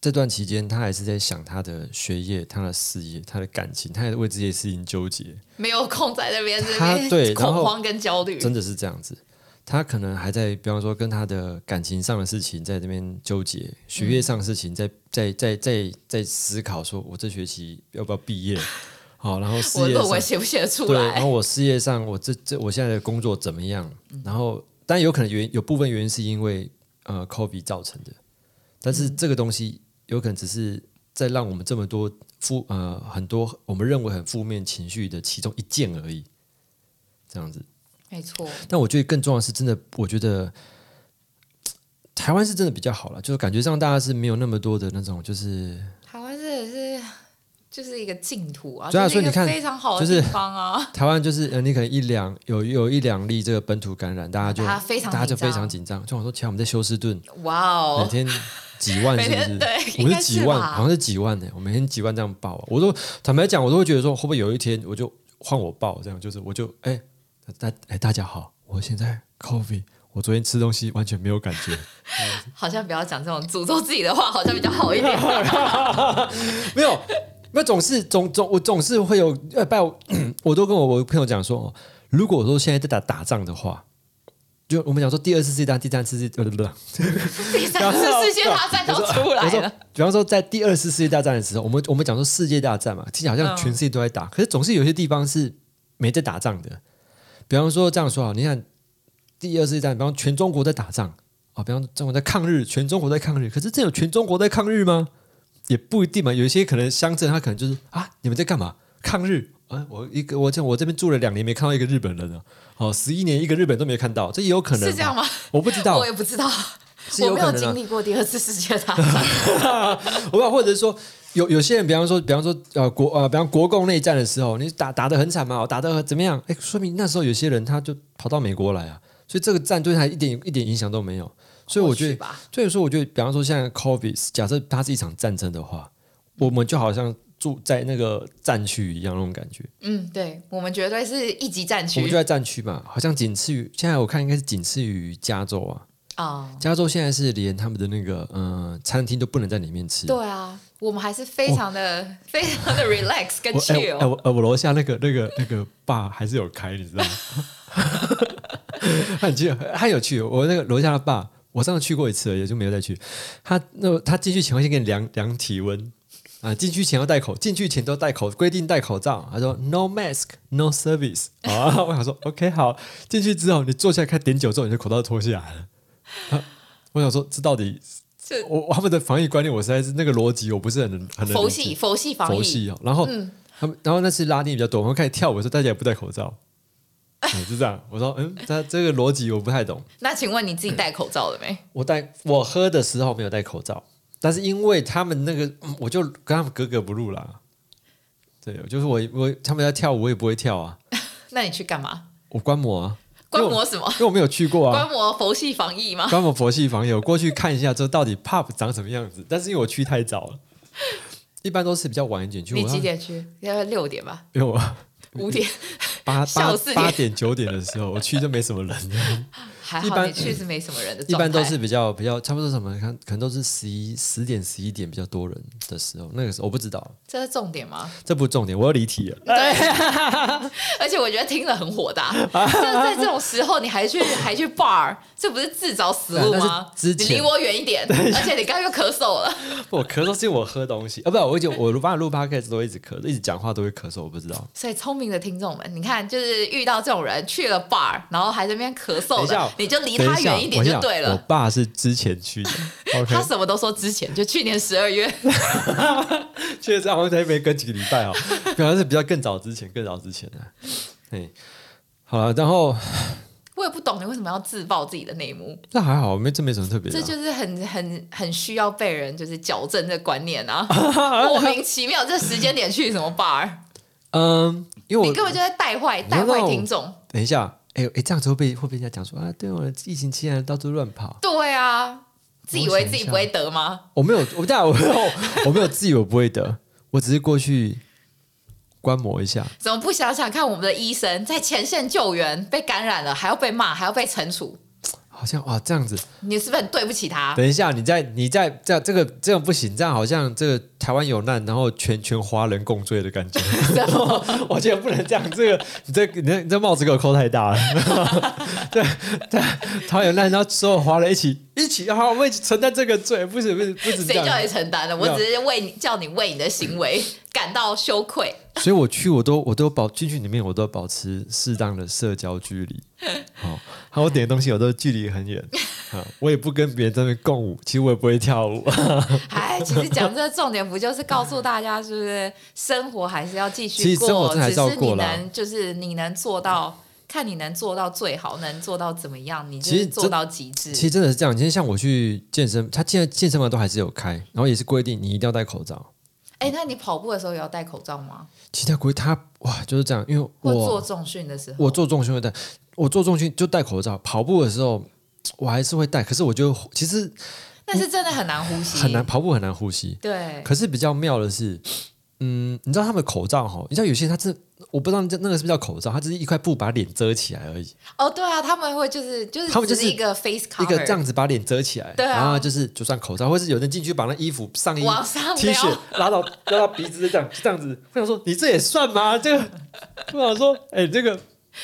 [SPEAKER 1] 这段期间他还是在想他的学业、他的事业、他的感情，他也为这些事情纠结，
[SPEAKER 3] 没有空在那边这
[SPEAKER 1] 他
[SPEAKER 3] 边
[SPEAKER 1] 对然后
[SPEAKER 3] 恐慌跟焦虑，
[SPEAKER 1] 真的是这样子。他可能还在，比方说跟他的感情上的事情在这边纠结，学业上的事
[SPEAKER 3] 嗯
[SPEAKER 1] 情在在在在在思考，说我这学期要不要毕 业？好，然后事
[SPEAKER 3] 我
[SPEAKER 1] 业
[SPEAKER 3] 论
[SPEAKER 1] 上
[SPEAKER 3] 文写不写得出
[SPEAKER 1] 对，然
[SPEAKER 3] 来
[SPEAKER 1] 后？我事业上，我这这我现在的工作怎么样？
[SPEAKER 3] 嗯
[SPEAKER 1] 然后，但有可能原有部分原因是因为呃 COVID 造成的，但
[SPEAKER 3] 嗯
[SPEAKER 1] 是这个东西有可能只是在让我们这么多负呃很多我们认为很负面情绪的其中一件而已，这样子。
[SPEAKER 3] 没错，
[SPEAKER 1] 但我觉得更重要的是，真的，我觉得台湾是真的比较好了，就是感觉上大家是没有那么多的那种就是
[SPEAKER 3] 台湾真的是就是一个净土啊，
[SPEAKER 1] 对啊所
[SPEAKER 3] 这是一
[SPEAKER 1] 以
[SPEAKER 3] 个
[SPEAKER 1] 你看
[SPEAKER 3] 非常好的
[SPEAKER 1] 就是
[SPEAKER 3] 地方啊，
[SPEAKER 1] 台湾就是呃，你可能一两有有一两例这个本土感染，大家就
[SPEAKER 3] 大家非常
[SPEAKER 1] 大家就
[SPEAKER 3] 紧张
[SPEAKER 1] 非常紧张，就想说，啊其实我们在休斯顿
[SPEAKER 3] 哇
[SPEAKER 1] 每
[SPEAKER 3] 哦！
[SPEAKER 1] 天几万是不
[SPEAKER 3] 每天
[SPEAKER 1] 是？
[SPEAKER 3] 对
[SPEAKER 1] 我
[SPEAKER 3] 应
[SPEAKER 1] 们
[SPEAKER 3] 该
[SPEAKER 1] 是
[SPEAKER 3] 是
[SPEAKER 1] 几万，
[SPEAKER 3] 吧
[SPEAKER 1] 好像是几万呢、我每天几万这样报啊，我都坦白讲，我都会觉得说，会不会有一天我就换我报这样，就是我就哎大哎大家好，我现在 COVID，我昨天吃东西完全没有感觉，
[SPEAKER 3] 好像不要讲这种诅咒自己的话，好像比较好 一点。哎
[SPEAKER 1] 没有，那总是总总我总是会有呃，拜 我我都跟我我朋友讲说，哦，如果说现在在打打仗的话，就我们讲说第二次世界大战、第三次世界，呃不不不，
[SPEAKER 3] 第三次世界大战都出来
[SPEAKER 1] 我说
[SPEAKER 3] 了，，
[SPEAKER 1] 比方说在第二次世界大战的时候，我们我们讲说世界大战嘛，听起来好像全世界都在打，可是总是有些地方是没在打仗的。比方说这样说啊，你看第二次世界大战，比方全中国在打仗啊，比方中国在抗日，全中国在抗日，可是真有全中国在抗日吗？也不一定嘛，有一些可能乡镇，他可能就是啊，你们在干嘛？抗日啊！我一个我这我这边住了两年，没看到一个日本人啊，哦，十一年一个日本都没看到，这也有可能
[SPEAKER 3] 是这样
[SPEAKER 1] 嘛
[SPEAKER 3] 吗？
[SPEAKER 1] 我不知道
[SPEAKER 3] 我，也不知道，
[SPEAKER 1] 哦是
[SPEAKER 3] 我
[SPEAKER 1] 有
[SPEAKER 3] 没
[SPEAKER 1] 可
[SPEAKER 3] 有
[SPEAKER 1] 能啊
[SPEAKER 3] 经历过第二次世界大战。
[SPEAKER 1] 我或者说有有些人，比方说，比方说，呃，国呃，比方国共内战的时候，你打打得很惨嘛，打得怎么样？哎，说明那时候有些人他就跑到美国来啊，所以这个战对他一点一点影响都没有。 所以我觉
[SPEAKER 3] 或
[SPEAKER 1] 得
[SPEAKER 3] 许吧，
[SPEAKER 1] 所以说我觉得，比方说现在 COVID，假设它是一场战争的话，我们就好像住在那个战区一样那种感觉，
[SPEAKER 3] 嗯，对，我们绝对是一级战
[SPEAKER 1] 我们就
[SPEAKER 3] 区
[SPEAKER 1] 在战区嘛，好像仅次于现在我看应该是仅次于加州啊，
[SPEAKER 3] 啊。
[SPEAKER 1] 加州现在是连他们的那个嗯、呃餐厅都不能在里面吃，
[SPEAKER 3] 对啊，我们还是非常的、非常的 relax 跟
[SPEAKER 1] 我哎、我哎
[SPEAKER 3] chill。
[SPEAKER 1] 我哎我楼下那个那个那个爸还是有开，你知道吗？ 很趣，很有趣。我那个楼下的爸，我上次去过一次而已，也就没有再去。他那他进去前会先给你量量体温啊，进去前要戴口，进去前都戴口，规定戴口罩。他说 no mask no service 啊， 我想说 OK 好，进去之后你坐下来开点酒之后，你就口罩脱下来了。啊我想说，这到底
[SPEAKER 3] 这
[SPEAKER 1] 我我他们的防疫观念，我实在是那个逻辑，我不是很能很能
[SPEAKER 3] 佛
[SPEAKER 1] 理解
[SPEAKER 3] 系佛系防
[SPEAKER 1] 佛
[SPEAKER 3] 疫，嗯
[SPEAKER 1] 系哦。然后、他们，然后那次拉丁比较多，我们开始跳舞的时候，大家也不戴口 罩，嗯是这样。我说，嗯，他这个逻辑我不太懂。
[SPEAKER 3] 那请问你自己戴口罩 了没？
[SPEAKER 1] 我戴我喝的时候没有戴口罩，但是因为他们那个，嗯我就跟他们格格不入啦。对，就是我我他们在跳舞，我也不会跳啊，
[SPEAKER 3] 那你去干嘛？
[SPEAKER 1] 我观摩啊，
[SPEAKER 3] 观
[SPEAKER 1] 因为
[SPEAKER 3] 摩
[SPEAKER 1] 我
[SPEAKER 3] 什么？
[SPEAKER 1] 因为我没有去过啊
[SPEAKER 3] 观。摩佛系防疫吗？
[SPEAKER 1] 观摩佛系房友，我过去看一下，这到底 pub 长什么样子？但是因为我去太早了，一般都是比较晚一点去。啊
[SPEAKER 3] 你
[SPEAKER 1] 我
[SPEAKER 3] 几？点去？大概六点吧，
[SPEAKER 1] 因为我
[SPEAKER 3] 五点
[SPEAKER 1] 八
[SPEAKER 3] 下
[SPEAKER 1] 八
[SPEAKER 3] 午四点
[SPEAKER 1] 八点九点的时候，我去就没什么人 了，
[SPEAKER 3] 还
[SPEAKER 1] 一
[SPEAKER 3] 好，
[SPEAKER 1] 般
[SPEAKER 3] 你去是没什么人的
[SPEAKER 1] 一
[SPEAKER 3] 状态。
[SPEAKER 1] 般都是比较比较差不多什么，看可能都是十一十点十一点比较多人的时候，那个时候我不知道，
[SPEAKER 3] 这是重点吗？
[SPEAKER 1] 这不是重点，我要离题 了。
[SPEAKER 3] 而且我觉得听了很火大，就是在这种时候你还去还去 bar，这不是自找死路
[SPEAKER 1] 对
[SPEAKER 3] 吗
[SPEAKER 1] 但？是之
[SPEAKER 3] 你
[SPEAKER 1] 前
[SPEAKER 3] 离我远一点，而且你刚刚又咳嗽了。
[SPEAKER 1] 我咳嗽是因为我喝东西啊，不，我就我录发录 podcast 都会一直咳，一直讲话都会咳嗽，我不知道。
[SPEAKER 3] 所以聪明的听众们，你看，就是遇到这种人去了 bar，然后还在那边咳
[SPEAKER 1] 等
[SPEAKER 3] 嗽
[SPEAKER 1] 一下
[SPEAKER 3] 的
[SPEAKER 1] 哦，
[SPEAKER 3] 你就离
[SPEAKER 1] 等
[SPEAKER 3] 他
[SPEAKER 1] 一下，
[SPEAKER 3] 远
[SPEAKER 1] 我
[SPEAKER 3] 点就
[SPEAKER 1] 想
[SPEAKER 3] 对
[SPEAKER 1] 我
[SPEAKER 3] 了。
[SPEAKER 1] 爸是之前去 的，OK，
[SPEAKER 3] 他什么都说之前，就去年十二月，
[SPEAKER 1] 确实好像才没跟几个礼 拜哦，可能是比较更早之前，更早之前的、啊。哎，好了，然后
[SPEAKER 3] 我也不懂你为什么要自爆自己的内幕，
[SPEAKER 1] 那还好，没这没什么特别的、
[SPEAKER 3] 这
[SPEAKER 1] 啊。
[SPEAKER 3] 就是很很很需要被人就是矫正这观念 啊，莫名其妙这时间点去什么 bar，
[SPEAKER 1] 嗯，因为
[SPEAKER 3] 你
[SPEAKER 1] 我
[SPEAKER 3] 根本就在带坏
[SPEAKER 1] 你知道
[SPEAKER 3] 带坏听众。
[SPEAKER 1] 等一下，哎哎，这样子会被会被人家讲说啊，对我的疫情期间到处乱跑。
[SPEAKER 3] 对啊，自以为自己不会得吗？
[SPEAKER 1] 我没有，我这样我没有，我没有自以为不会得，我只是过去观摩一下。
[SPEAKER 3] 怎么不想想看我们的医生在前线救援被感染了，还要被骂，还要被惩处，
[SPEAKER 1] 好像啊，这样子。
[SPEAKER 3] 你是不是很对不起他？
[SPEAKER 1] 等一下，你在你在这样这个这样不行，这样好像这个台湾有难，然后全全华人共罪的感觉。我觉得不能这样，这个你这你这你这帽子给我扣太大了。对对，台湾有难，然后所有华人一起一起，好，我们一起承担这个罪，不是不是不是这
[SPEAKER 3] 谁叫
[SPEAKER 1] 样
[SPEAKER 3] 你。承担的？我只是为你叫你为你的行为 感到羞愧。
[SPEAKER 1] 所以我去我都我都保进去里面我都保持适当的社交距 离，好、还有我点的东西我都距离很 远，啊，我也不跟别人在那边共舞，其实我也不会跳舞。
[SPEAKER 3] 哎，其实讲这个重点不就是告诉大家，是不是生活还是要继
[SPEAKER 1] 其
[SPEAKER 3] 续
[SPEAKER 1] 实生活
[SPEAKER 3] 过，
[SPEAKER 1] 真的还
[SPEAKER 3] 只
[SPEAKER 1] 是要
[SPEAKER 3] 是
[SPEAKER 1] 过
[SPEAKER 3] 你
[SPEAKER 1] 啦
[SPEAKER 3] 能就是你能做到，看你能做到最好，能做到怎么样，你就
[SPEAKER 1] 其实
[SPEAKER 3] 是
[SPEAKER 1] 这
[SPEAKER 3] 做到极致。
[SPEAKER 1] 其实真的是这样，今天像我去健身，他现在健身房都还是有开，然后也是规定你一定要戴口罩。
[SPEAKER 3] 哎、那你跑步的时候也要戴口罩吗？
[SPEAKER 1] 其他规他哇就是这样，因为
[SPEAKER 3] 或做
[SPEAKER 1] 我
[SPEAKER 3] 重训的时候？
[SPEAKER 1] 我做重训会戴，我做重训就戴口罩，跑步的时候我还是会戴，可是我就其实
[SPEAKER 3] 但是真的很难呼吸，
[SPEAKER 1] 很难。跑步很难呼吸，
[SPEAKER 3] 对，
[SPEAKER 1] 可是比较妙的是，嗯，你知道他们口罩哈，你知道有些人他这我不知道那那个是不是叫口罩，他只是一块布把脸遮起来而已，
[SPEAKER 3] 哦，对啊，他们会就是就是，
[SPEAKER 1] 他们就是
[SPEAKER 3] 一个 face cover，
[SPEAKER 1] 一个这样子把脸遮起来，
[SPEAKER 3] 对啊
[SPEAKER 1] 然后就是就算口罩，或是有人进去把那衣服上衣
[SPEAKER 3] 往上
[SPEAKER 1] T 恤
[SPEAKER 3] 撩
[SPEAKER 1] 拉到拉到鼻子这样这样子，我想说你这也算吗？这个我想说，哎、这个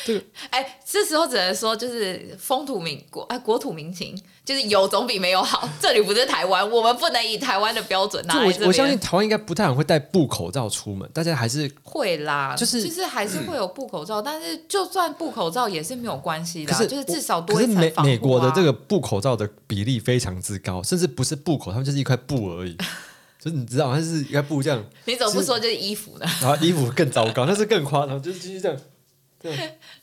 [SPEAKER 1] 这个
[SPEAKER 3] 哎，这时候只能说就是风土民国哎，国土民情，就是有总比没有好。 这里不是台湾，我们不能以台湾的标准拿
[SPEAKER 1] 这
[SPEAKER 3] 来这
[SPEAKER 1] 我我相信
[SPEAKER 3] 边。
[SPEAKER 1] 台湾应该不太很会戴布口罩出门，大家还是
[SPEAKER 3] 会啦，
[SPEAKER 1] 就是
[SPEAKER 3] 就是还是会有布口罩，但是就算布口罩也是没有关系的
[SPEAKER 1] 可
[SPEAKER 3] 啊，
[SPEAKER 1] 是
[SPEAKER 3] 就是至少
[SPEAKER 1] 可
[SPEAKER 3] 多
[SPEAKER 1] 是
[SPEAKER 3] 一层
[SPEAKER 1] 美
[SPEAKER 3] 防护、啊、
[SPEAKER 1] 美国的这个布口罩的比例非常之高，甚至不是布口，他们就是一块布而 已。就是你知道，它是一块布这样，
[SPEAKER 3] 你怎么不
[SPEAKER 1] 是
[SPEAKER 3] 说就是衣 服呢？
[SPEAKER 1] 然后衣服更糟糕，那是更夸张，就是继续这样。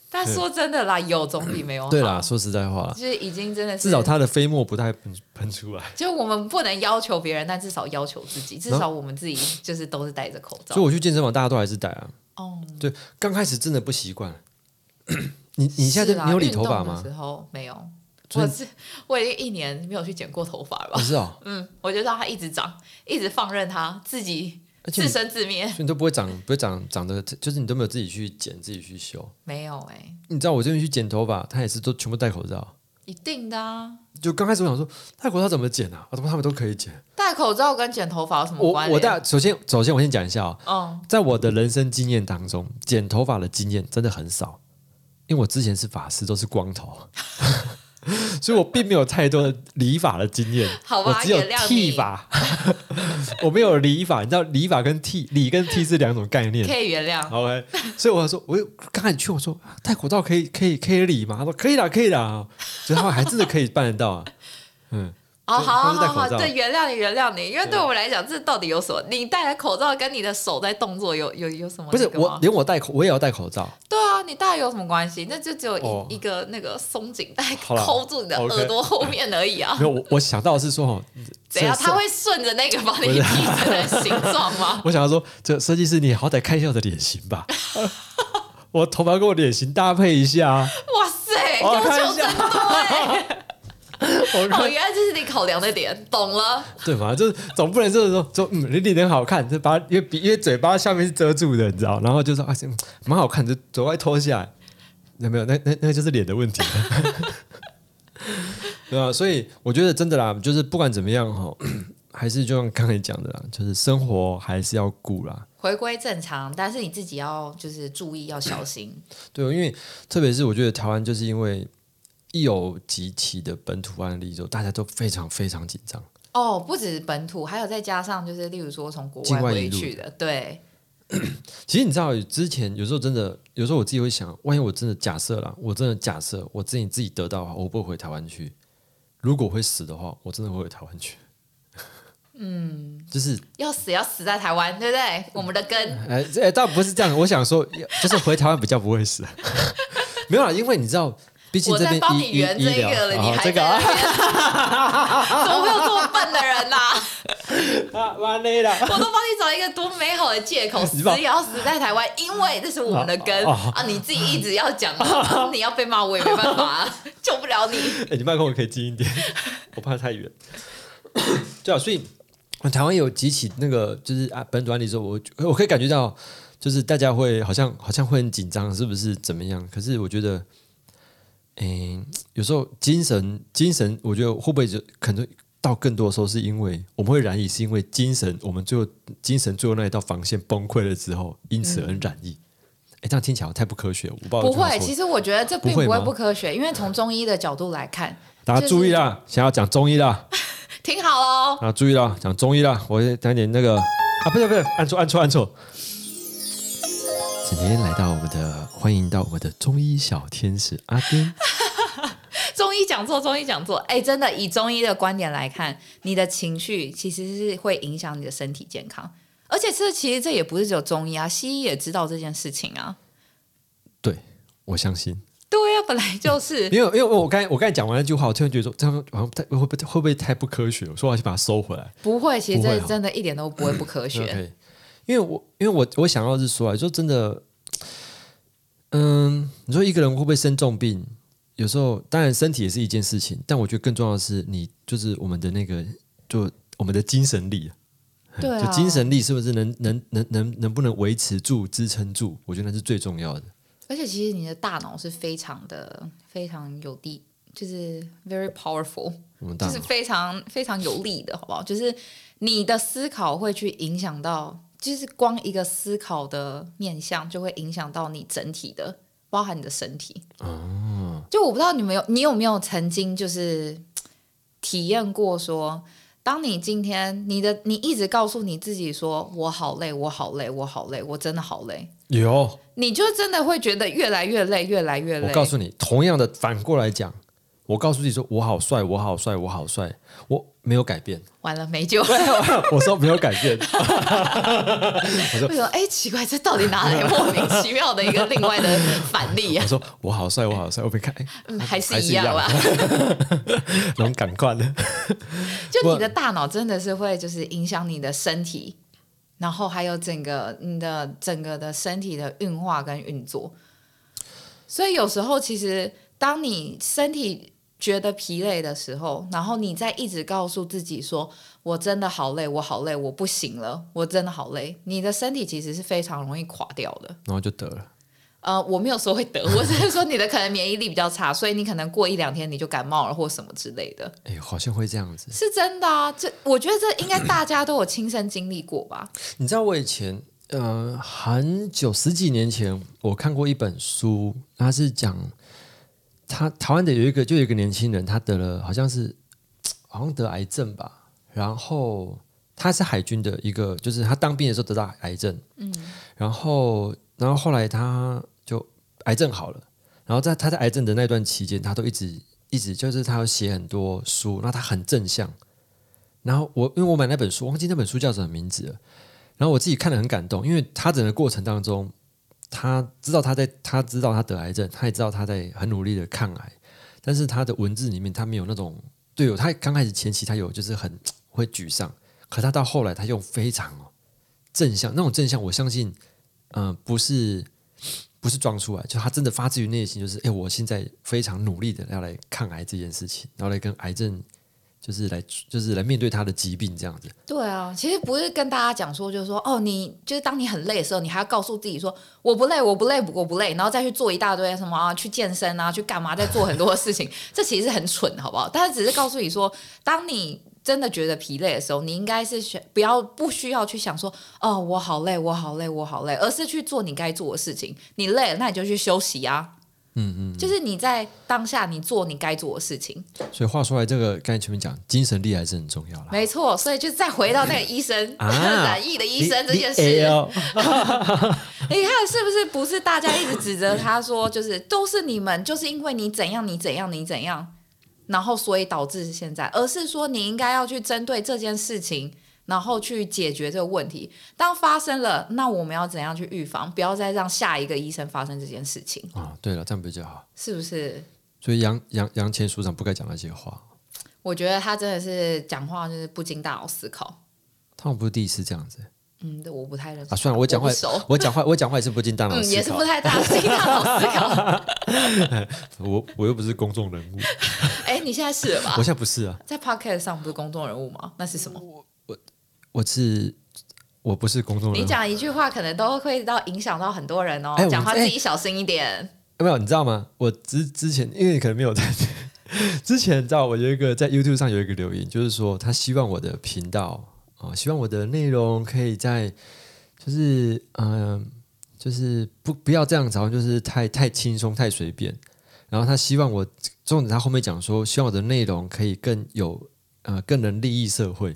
[SPEAKER 3] 但说真的啦，有总比没有好。
[SPEAKER 1] 对啦，说实在话啦，
[SPEAKER 3] 就是已经真的是
[SPEAKER 1] 至少它的飞沫不太喷喷出来。
[SPEAKER 3] 就我们不能要求别人，但至少要求自己，至少我们自己就是都是戴着口罩
[SPEAKER 1] 嗯所以。我去健身房，大家都还是戴啊。
[SPEAKER 3] 哦，
[SPEAKER 1] 对，刚开始真的不习惯。 你你现在
[SPEAKER 3] 是
[SPEAKER 1] 都
[SPEAKER 3] 啊
[SPEAKER 1] 你有理头发
[SPEAKER 3] 运动
[SPEAKER 1] 吗
[SPEAKER 3] 的时？候没有，
[SPEAKER 1] 所以
[SPEAKER 3] 我是我已经一年没有去剪过头发了
[SPEAKER 1] 不
[SPEAKER 3] 吧？
[SPEAKER 1] 是哦，
[SPEAKER 3] 嗯，我就让它一直长，一直放任它自己
[SPEAKER 1] 而且你
[SPEAKER 3] 自生自灭。
[SPEAKER 1] 所以你都不会长，不会长长得，就是你都没有自己去剪，自己去修。
[SPEAKER 3] 没有哎、
[SPEAKER 1] 你知道我这边去剪头发，他也是都全部戴口罩。
[SPEAKER 3] 一定的啊！
[SPEAKER 1] 就刚开始我想说，戴口罩怎么剪啊？啊，怎么他们都可以剪？
[SPEAKER 3] 戴口罩跟剪头发有什
[SPEAKER 1] 我
[SPEAKER 3] 么关
[SPEAKER 1] 我
[SPEAKER 3] 联？
[SPEAKER 1] 戴，首先首先我先讲一下哦，
[SPEAKER 3] 嗯，
[SPEAKER 1] 在我的人生经验当中，剪头发的经验真的很少，因为我之前是发师，都是光头， 所以我并没有太多的理发的经验。
[SPEAKER 3] 好
[SPEAKER 1] 我
[SPEAKER 3] 吧，
[SPEAKER 1] 只有
[SPEAKER 3] 原谅
[SPEAKER 1] 剃
[SPEAKER 3] 你，
[SPEAKER 1] 发， 我没有理发。你知道理发跟剃，理跟剃是两种概念。
[SPEAKER 3] 可以原谅。
[SPEAKER 1] OK，所以我说，我又刚才你去，我说啊戴口罩可以可以可以理吗？他说可以啦，可以啦， 所以他们还真的可以办得到啊。嗯，
[SPEAKER 3] 哦，
[SPEAKER 1] 对
[SPEAKER 3] 好
[SPEAKER 1] 他
[SPEAKER 3] 好
[SPEAKER 1] 是戴
[SPEAKER 3] 好好，
[SPEAKER 1] 口罩
[SPEAKER 3] 对，原谅你，原谅你，因为对我们来讲，这到底有什么？你戴了口罩，跟你的手在动作有有有什么
[SPEAKER 1] 不
[SPEAKER 3] 那
[SPEAKER 1] 是
[SPEAKER 3] 个吗？
[SPEAKER 1] 我，连我戴口我也要戴口罩。
[SPEAKER 3] 对啊，你戴有什么关系？那就只有一、
[SPEAKER 1] 哦
[SPEAKER 3] 一个那个松紧带
[SPEAKER 1] 好啦
[SPEAKER 3] 扣住你的
[SPEAKER 1] OK
[SPEAKER 3] 耳朵后面而已啊
[SPEAKER 1] 没。有，我我想到的是说哦，
[SPEAKER 3] 怎样？
[SPEAKER 1] 这
[SPEAKER 3] 它会顺着那个帮你
[SPEAKER 1] 不是
[SPEAKER 3] 提成的形状 吗？
[SPEAKER 1] 我想要说，这设计师你好歹看一下我的脸型 吧，我头发跟我脸型搭配一下啊，
[SPEAKER 3] 哇塞，
[SPEAKER 1] 我
[SPEAKER 3] 要
[SPEAKER 1] 看
[SPEAKER 3] 求
[SPEAKER 1] 一下
[SPEAKER 3] 真多哎！
[SPEAKER 1] 我
[SPEAKER 3] 哦，
[SPEAKER 1] 看
[SPEAKER 3] 原来这是你考量的点，懂了。
[SPEAKER 1] 对嘛，就是总不能就是说说嗯，你脸很好看，就把因为鼻因为嘴巴下面是遮住的，你知道，然后就说啊，嗯蛮好看，就嘴巴一脱下来，有没有？那那那就是脸的问题。 对啊，所以我觉得真的啦，就是不管怎么样哈， 还是就像刚才讲的啦，就是生活还是要顾啦。
[SPEAKER 3] 回归正常，但是你自己要就是注意，要小 心。
[SPEAKER 1] 对，因为特别是我觉得台湾就是因为一有集体的本土案例之后，大家都非常非常紧张。
[SPEAKER 3] 哦，不止本土，还有再加上就是，例如说从国
[SPEAKER 1] 境
[SPEAKER 3] 外
[SPEAKER 1] 外
[SPEAKER 3] 回
[SPEAKER 1] 引入
[SPEAKER 3] 去的，对，
[SPEAKER 1] 其实你知道，之前有时候真的，有时候我自己会想，万一我真的假设啦，我真的假设我自己自己得到的话，我不会回台湾去。如果我会死的话，我真的会回台湾去。嗯，就是
[SPEAKER 3] 要死要死在台湾，对不对？我们的根，
[SPEAKER 1] 哎，这哎倒不是这样，我想说，就是回台湾比较不会死。 没有啦，因为你知道，毕竟
[SPEAKER 3] 我
[SPEAKER 1] 这
[SPEAKER 3] 在
[SPEAKER 1] 边
[SPEAKER 3] 帮
[SPEAKER 1] 医
[SPEAKER 3] 你
[SPEAKER 1] 医
[SPEAKER 3] 圆
[SPEAKER 1] 医
[SPEAKER 3] 这
[SPEAKER 1] 疗
[SPEAKER 3] 个了，你
[SPEAKER 1] 哦
[SPEAKER 3] 还
[SPEAKER 1] 这个
[SPEAKER 3] 在那
[SPEAKER 1] 啊，
[SPEAKER 3] 边，怎么会有这么笨的人呐、
[SPEAKER 1] 啊完了啦。
[SPEAKER 3] 我都帮你找一个多美好的借口，死
[SPEAKER 1] 你把
[SPEAKER 3] 也要死在台湾，因为这是我们的根
[SPEAKER 1] 哦哦
[SPEAKER 3] 啊！你自己一直要讲，你要被骂我也没办法、 啊，救不了你。
[SPEAKER 1] 哎、你麦克风可以近一点， 我怕太远。 对啊，所以台湾有几起那个就是啊，本土案例之后，我我可以感觉到，就是大家会好像好像会很紧张，是不是怎么样？可是我觉得，嗯、有时候精神精神，我觉得会不会就可能到更多的时候，是因为我们会染疫，是因为精神，我们最后精神最后那一道防线崩溃了之后，因此而染疫。哎、这样听起来好像太不科学，我不知道
[SPEAKER 3] 嗯不
[SPEAKER 1] 哦我这么
[SPEAKER 3] 会，
[SPEAKER 1] 说
[SPEAKER 3] 其实我觉得这并
[SPEAKER 1] 不会
[SPEAKER 3] 不会
[SPEAKER 1] 吗
[SPEAKER 3] 不科学，因为从中医的角度来 看，
[SPEAKER 1] 大家
[SPEAKER 3] 就是
[SPEAKER 1] 注意啦，想要讲中医啦。
[SPEAKER 3] 挺好哦。
[SPEAKER 1] 啊，注意啦，讲中医啦，我讲点那个啊，不是不是，按错按错按错。今天来到我们的，欢迎到我们的中医小天使阿 边。
[SPEAKER 3] 中医讲座，中医讲座，哎、真的，以中医的观点来看，你的情绪其实是会影响你的身体健康，而且这其实这也不是只有中医啊，西医也知道这件事情啊。
[SPEAKER 1] 对，我相信，
[SPEAKER 3] 对啊，本来就是。
[SPEAKER 1] 因为因为我刚才我刚才讲完那句话，我突然觉得说这样好像太会不会会不会太不科学？我说我要去把它收回来。
[SPEAKER 3] 不会，其实
[SPEAKER 1] 不会
[SPEAKER 3] 这
[SPEAKER 1] 哦
[SPEAKER 3] 真的一点都不会不科学。
[SPEAKER 1] OK，因为我因为我我想要是说啊，就真的，嗯，你说一个人会不会生重病？有时候当然身体也是一件事情，但我觉得更重要的是你就是我们的那个，就我们的精神力啊，
[SPEAKER 3] 对啊，
[SPEAKER 1] 就精神力是不是能能能能能不能维持住、支撑住？我觉得那是最重要的。
[SPEAKER 3] 而且其实你的大脑是非常的、非常有力，就是 very powerful，
[SPEAKER 1] 我们大
[SPEAKER 3] 就
[SPEAKER 1] 脑
[SPEAKER 3] 是非常非常有力的，好不好？就是你的思考会去影响到，就是光一个思考的面向就会影响到你整体的，包含你的身体。哦，就我不知道你们有你有没有曾经就是体验过说。当你今天你的你一直告诉你自己说我好累，我好累，我好累，我真的好累，
[SPEAKER 1] 有，
[SPEAKER 3] 你就真的会觉得越来越累，越来越累。
[SPEAKER 1] 我告诉你，同样的反过来讲，我告诉自己说我好帅，我好帅，我好帅，我没有改变。
[SPEAKER 3] 完了没救。
[SPEAKER 1] 我说没有改变，
[SPEAKER 3] 为什么？哎，奇怪，这到底哪 来莫名其妙的一个另外的反例啊
[SPEAKER 1] 我？说我好帅，我好帅，我被看，哎
[SPEAKER 3] 嗯，还是
[SPEAKER 1] 还是
[SPEAKER 3] 一
[SPEAKER 1] 一
[SPEAKER 3] 样
[SPEAKER 1] 样啊
[SPEAKER 3] 吧。
[SPEAKER 1] 能赶快的。
[SPEAKER 3] 就你的大脑真的是会就是影响你的身体，然后还有整个你的整个的身体的运化跟运作。所以有时候其实当你身体觉得疲累的时候，然后你再一直告诉自己说“我真的好累，我好累，我不行了，我真的好累”，你的身体其实是非常容易垮掉的。
[SPEAKER 1] 然后就得了。
[SPEAKER 3] 呃，我没有说会得， 我只是说你的可能免疫力比较差，所以你可能过一两天你就感冒了或什么之类的，
[SPEAKER 1] 哎、好像会这样子。
[SPEAKER 3] 是真的啊。这我觉得这应该大家都有亲身经历过吧？
[SPEAKER 1] 你知道我以前，呃，很久十几年前，我看过一本书，它是讲他台湾的有一个就有一个年轻人，他得了好像是好像得癌症吧，然后他是海军的一个，就是他当兵的时候得到癌症，嗯，然后然后后来他就癌症好了，然后在他在癌症的那段期间，他都一直一直就是他有写很多书，那他很正向。然后我因为我买那本书，忘记那本书叫什么名字了。然后我自己看了很感动，因为他整个过程当中，他知道他在，他知道他得癌症，他也知道他在很努力的抗癌，但是他的文字里面他没有那种对哦，他刚开始前期他有就是很会沮丧，可他到后来他用非常哦正向那种正向，我相信，嗯、不是不是装出来，就他真的发自于内心，就是哎，我现在非常努力的要来抗癌这件事情，然后来跟癌症就是来就是来面对他的疾病这样子。
[SPEAKER 3] 对啊，其实不是跟大家讲说，就是说哦，你就是当你很累的时候，你还要告诉自己说我不累，我不累，我不累，然后再去做一大堆什么、啊、去健身啊，去干嘛，再做很多的事情， 这其实是很蠢，好不好？但是只是告诉你说，当你真的觉得疲累的时候，你应该是选不要不需要去想说哦，我好累，我好累，我好累，而是去做你该做的事情。你累了，那你就去休息啊。
[SPEAKER 1] 嗯嗯，
[SPEAKER 3] 就是你在当下你做你该做的事情，
[SPEAKER 1] 所以话说来，这个刚才前面讲，精神力还是很重要啦。
[SPEAKER 3] 没错。所以就再回到那个医生，
[SPEAKER 1] 啊
[SPEAKER 3] 染疫的医生这件事，
[SPEAKER 1] 你你哎呦
[SPEAKER 3] 你看是不是不是大家一直指责他说，就是都是你们，就是因为你怎样你怎样你怎样，然后所以导致现在，而是说你应该要去针对这件事情，然后去解决这个问题。当发生了，那我们要怎样去预防，不要再让下一个医生发生这件事情，
[SPEAKER 1] 啊，对了，这样比较好。
[SPEAKER 3] 是不是？
[SPEAKER 1] 所以杨杨杨前署长不该讲那些话，
[SPEAKER 3] 我觉得他真的是讲话就是不经大脑思考。
[SPEAKER 1] 他们不是第一次这样子
[SPEAKER 3] 嗯，我不太认识
[SPEAKER 1] 啊。算了，我讲话
[SPEAKER 3] 不熟，
[SPEAKER 1] 我讲话，我讲话也是不经大脑
[SPEAKER 3] 嗯，
[SPEAKER 1] 思
[SPEAKER 3] 也是
[SPEAKER 1] 考
[SPEAKER 3] 不。太大啊经大脑思考。
[SPEAKER 1] 我我又不是公众人物，
[SPEAKER 3] 哎、你现在是了吧
[SPEAKER 1] 我？现在不是啊，
[SPEAKER 3] 在 Pocket 上不是公众人物吗？那是什么？
[SPEAKER 1] 我是我不是公众人
[SPEAKER 3] 你
[SPEAKER 1] 物。
[SPEAKER 3] 讲一句话，可能都会到影响到很多人哦
[SPEAKER 1] 哎。我
[SPEAKER 3] 讲话
[SPEAKER 1] 哎
[SPEAKER 3] 自己小心一点。
[SPEAKER 1] 没有，你知道吗？我之之前，因为你可能没有在 之前，你知道我有一个在 YouTube 上有一个留言，就是说他希望我的频道啊、呃希望我的内容可以在就是嗯、呃就是不不要这样子，好像就是太太轻松太随便。然后他希望我，重点他后面讲说，希望我的内容可以更有呃更能利益社会。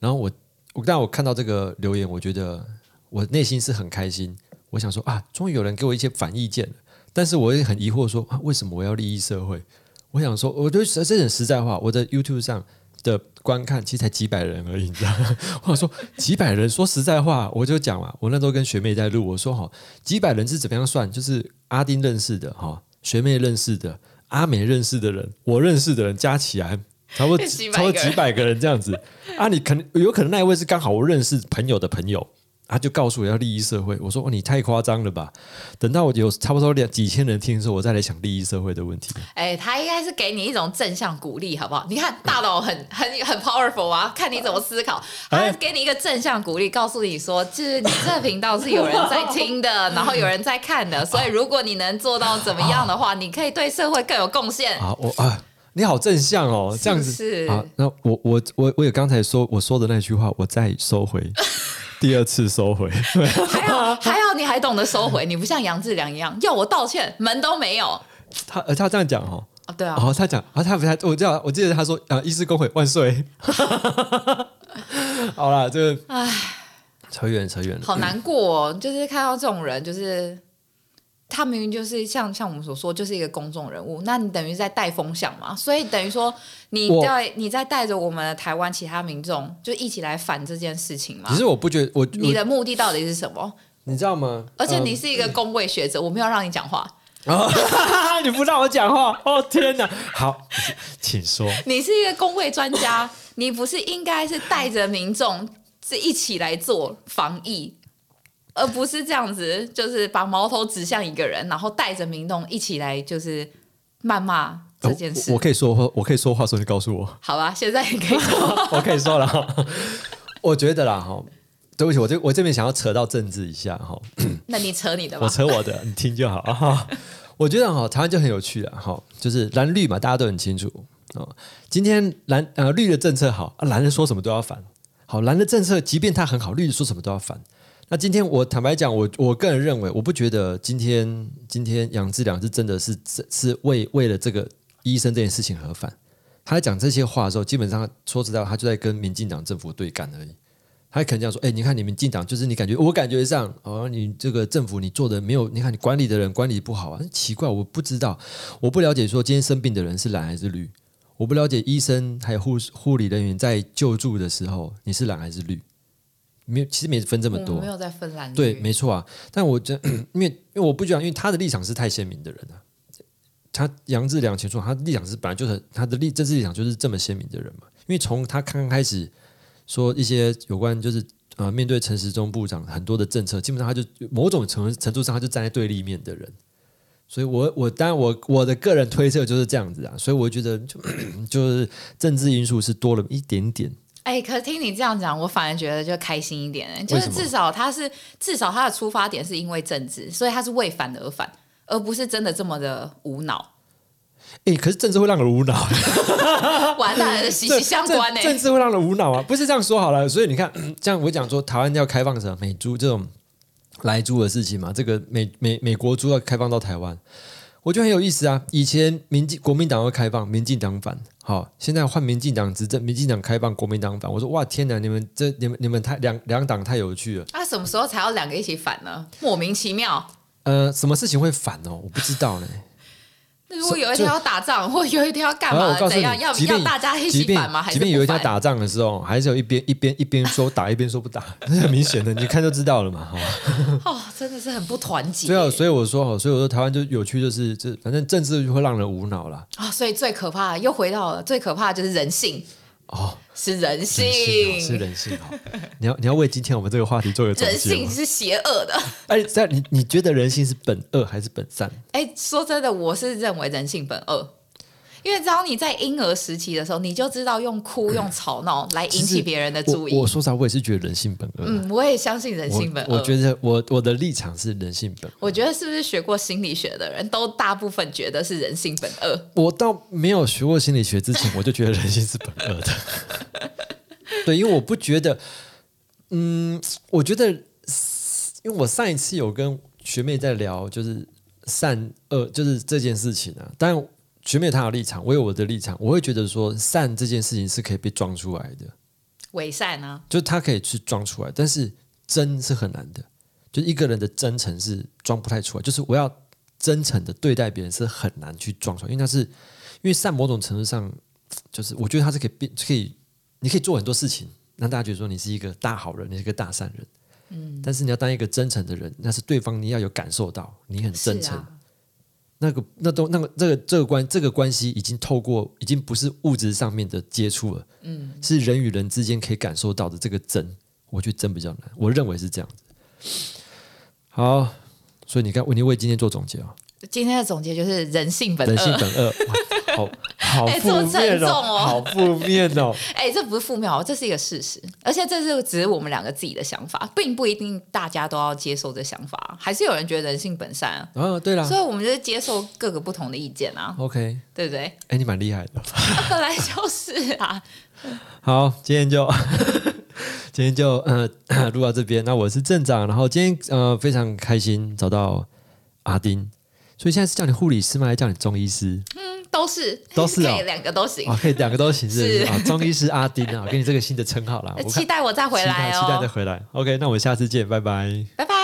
[SPEAKER 1] 然后我我但我看到这个留言，我觉得我内心是很开心，我想说啊，终于有人给我一些反意见了。但是我也很疑惑说啊，为什么我要利益社会？我想说，我就这点实在话，我的 YouTube 上的观看其实才几百人而已，你 知道吗？我想说几百人，说实在话，我就讲嘛，我那时候跟学妹在录，我说哈，几百人是怎么样算？就是阿丁认识的哈，学妹认识的，阿美认识的人，我认识的人加起来。差不多
[SPEAKER 3] 几
[SPEAKER 1] 差不
[SPEAKER 3] 百个
[SPEAKER 1] 多
[SPEAKER 3] 人
[SPEAKER 1] 几百个人这样子啊，你可能有可能那一位是刚好我认识朋友的朋友，他就告诉我要利益社会。我说、哦、你太夸张了吧，等到我有差不多两几千人听的时候，我再来想利益社会的问题。
[SPEAKER 3] 哎，他应该是给你一种正向鼓励，好不好？你看大脑很 很很 powerful 啊，看你怎么思考。他
[SPEAKER 1] 哎
[SPEAKER 3] 是给你一个正向鼓励，告诉你说，就是你这频道是有人在 听的，然后有人在看的，所以如果你能做到怎么样的话，你可以对社会更有贡献。
[SPEAKER 1] 啊，我啊，你好正向哦，这样子
[SPEAKER 3] 是
[SPEAKER 1] 啊。那我我我我也刚才说我说的那句话，我再收 回，第二次收回。
[SPEAKER 3] 还好还好，你还懂得收回，你不像杨志良一样要我道歉，门都没有。
[SPEAKER 1] 他呃他这样讲哦，
[SPEAKER 3] 啊，对啊
[SPEAKER 1] 然，后他讲啊，他不太，我知道，我记得他说啊，医师工会万 岁。好啦，这个唉，扯远扯远了。
[SPEAKER 3] 好难过、哦，就是看到这种人，就是他明明就是像像我们所说，就是一个公众人物，那你等于在带风向嘛，所以等于说你
[SPEAKER 1] 我
[SPEAKER 3] 在你在带着我们台湾其他民众，就一起来反这件事情嘛
[SPEAKER 1] 只。是我不觉得我
[SPEAKER 3] 啊你
[SPEAKER 1] 我
[SPEAKER 3] 的目的到底是什么？
[SPEAKER 1] 你知道吗？
[SPEAKER 3] 而且
[SPEAKER 1] 嗯
[SPEAKER 3] 你是一个工位学者，我没有让你讲话，
[SPEAKER 1] 啊！ 你不让我讲话，哦天哪！好，请说。
[SPEAKER 3] 你是一个工位专家， 你不是应该是带着民众是一起来做防疫，而不是这样子，就是把矛头指向一个人，然后带着民众一起来就是谩骂这件事。
[SPEAKER 1] 呃哦我我可以说话，我可以说话的时候就告诉 我，
[SPEAKER 3] 好吧，现在你 可以说
[SPEAKER 1] 我可以说了哈。我觉得啦哈，对不起，我这我这边想要扯到政治一下哈，
[SPEAKER 3] 那你扯你的吧
[SPEAKER 1] 我。扯我的，你听就好啊。哈我觉得哈，台湾就很有趣啊，哈，就是蓝绿嘛，大家都很清楚哦。今天蓝呃绿的政策好，啊、蓝的说什么都要反。好，蓝的政策即便它很好，绿的说什么都要反。那今天我坦白讲，我我个人认为，我不觉得今天今天杨志良是真的是是是为为了这个医生这件事情而反。他在讲这些话的时候，基本上说实在，他就在跟民进党政府对干而已。他可能讲说：“哎、你看你们进党，就是你感觉我感觉上，哦，你这个政府你做的没有，你看你管理的人管理不好啊，奇怪，我不知道，我不了解说今天生病的人是蓝还是绿，我不了解医生还有护士护理人员在救助的时候你是蓝还是绿，没有，其实没分这么
[SPEAKER 3] 我
[SPEAKER 1] 多，
[SPEAKER 3] 嗯没有在芬兰语
[SPEAKER 1] 对，没错啊。但我觉得， 因为因为我不觉得，因为他的立场是太鲜明的人啊。他杨志良前说，他立场是本来就是很他的立政治立场就是这么鲜明的人嘛。因为从他刚刚开始说一些有关就是呃面对陈时中部长很多的政策，基本上他就某种程程度上他就站在对立面的人。所以我，我当然我我的个人推测就是这样子啊，所以我觉得就 就是政治因素是多了一点点，
[SPEAKER 3] 哎、可是听你这样讲，我反而觉得就开心一点、就
[SPEAKER 1] 为
[SPEAKER 3] 是
[SPEAKER 1] 什么
[SPEAKER 3] 至少他是至少他的出发点是因为政治，所以他是为反而反，而不是真的这么的无脑。
[SPEAKER 1] 诶，可是政治会让人无脑，
[SPEAKER 3] 完蛋了，息
[SPEAKER 1] 这
[SPEAKER 3] 息相关欸呢、
[SPEAKER 1] 啊这政治会让人无脑啊，不是这样说好了。所以你看， 这样我讲说，台湾要开放什么美猪这种来猪的事情嘛，这个美美美国猪要开放到台湾，我觉得很有意思啊。以前民进国民党会开放，民进党反，好，现在换民进党执政，民进党开放，国民党反。我说哇，天哪，你们这你们你们太两两党太有趣了。
[SPEAKER 3] 啊，什么时候才要两个一起反呢？莫名其妙。
[SPEAKER 1] 呃，什么事情会反哦？我不知道呢。
[SPEAKER 3] 那如果有一天要打仗， 或有一天要干
[SPEAKER 1] 然后
[SPEAKER 3] 嘛
[SPEAKER 1] 我告，诉
[SPEAKER 3] 怎
[SPEAKER 1] 你，
[SPEAKER 3] 样？要
[SPEAKER 1] 即便
[SPEAKER 3] 要大家一
[SPEAKER 1] 即
[SPEAKER 3] 起
[SPEAKER 1] 便
[SPEAKER 3] 反吗？还是
[SPEAKER 1] 即便有一天要
[SPEAKER 3] 不反
[SPEAKER 1] 打仗的时候，还是有一边一边一边说 打，一边说不打，那很明显的，你看就知道了嘛。哈、
[SPEAKER 3] 哦，真的是很不团结。
[SPEAKER 1] 对啊，所以我说哈，所以我说台湾就有趣，就是这反正政治就会让人无脑啦。
[SPEAKER 3] 啊，所以最可怕的又回到了最可怕的就是人性，
[SPEAKER 1] 哦，
[SPEAKER 3] 是人性，
[SPEAKER 1] 人性哦是人性哦。你要你要为今天我们这个话题做个总
[SPEAKER 3] 人
[SPEAKER 1] 结
[SPEAKER 3] 性
[SPEAKER 1] 吗。
[SPEAKER 3] 是邪恶的。
[SPEAKER 1] 哎，在你你觉得人性是本恶还是本善？
[SPEAKER 3] 哎，说真的，我是认为人性本恶。因为只要你在婴儿时期的时候，你就知道 用哭、用吵闹来引
[SPEAKER 1] 其
[SPEAKER 3] 起
[SPEAKER 1] 实
[SPEAKER 3] 别人的注
[SPEAKER 1] 我
[SPEAKER 3] 意
[SPEAKER 1] 我。说实话，我也是觉得人性本恶。啊
[SPEAKER 3] 嗯，我也相信人性本
[SPEAKER 1] 我
[SPEAKER 3] 恶。
[SPEAKER 1] 我觉得我我的立场是人性本恶。
[SPEAKER 3] 我觉得是不是学过心理学的人都大部分觉得是人性本恶？
[SPEAKER 1] 我到没有学过心理学之前，我就觉得人性是本恶的。对，因为我不觉得，嗯，我觉得，因为我上一次有跟学妹在聊，就是善恶，就是这件事情啊。但学妹她有立场，我有我的立场，我会觉得说善这件事情是可以被装出来的，
[SPEAKER 3] 伪善啊，
[SPEAKER 1] 就是她可以去装出来，但是真是很难的。就一个人的真诚是装不太出来，就是我要真诚的对待别人是很难去装出来，因为那是因为善某种程度上就是我觉得他是可以变可以，你可以做很多事情，让大家觉得说你是一个大好人，你是一个大善人。嗯，但是你要当一个真诚的人，那是对方你要有感受到你很真
[SPEAKER 3] 是
[SPEAKER 1] 诚，
[SPEAKER 3] 啊，
[SPEAKER 1] 那个那都那个这个这个关这个关系已经透过已经不是物质上面的接触了，嗯，是人与人之间可以感受到的这个真，我觉得真比较难，我认为是这样子。好，所以你看，你为今天做总结啊、
[SPEAKER 3] 今天的总结就是人性本
[SPEAKER 1] 人性
[SPEAKER 3] 恶。
[SPEAKER 1] 本恶，哇 好好
[SPEAKER 3] 哎
[SPEAKER 1] 负
[SPEAKER 3] 这么
[SPEAKER 1] 面
[SPEAKER 3] 沉重
[SPEAKER 1] 哦，
[SPEAKER 3] 哦
[SPEAKER 1] 好负面 哦，
[SPEAKER 3] 哎，这不是负面哦，这是一个事实，而且这是只是我们两个自己的想法，并不一定大家都要接受这想法，还是有人觉得人性本善啊。
[SPEAKER 1] 啊，对啦
[SPEAKER 3] 所以我们就是接受各个不同的意见啊，
[SPEAKER 1] ，OK，
[SPEAKER 3] 对不对？
[SPEAKER 1] 哎，你蛮厉害的。
[SPEAKER 3] 啊本来就是啊，
[SPEAKER 1] 好，今天就 今天就呃 录到这边。那我是镇长，然后今天呃非常开心找到阿丁，所以现在是叫你护理师吗？还是叫你中医 师？
[SPEAKER 3] 嗯都是
[SPEAKER 1] 都是哦
[SPEAKER 3] 可以两个都行。
[SPEAKER 1] 啊，可以两个都行，是不是
[SPEAKER 3] 是
[SPEAKER 1] 啊，中医师阿丁 啊，我给你这个新的称号啦。我看
[SPEAKER 3] 期待我再回来
[SPEAKER 1] 期待期待再
[SPEAKER 3] 哦，
[SPEAKER 1] 回来。OK，那我们下次见，拜拜。
[SPEAKER 3] 拜拜。
[SPEAKER 2] 哦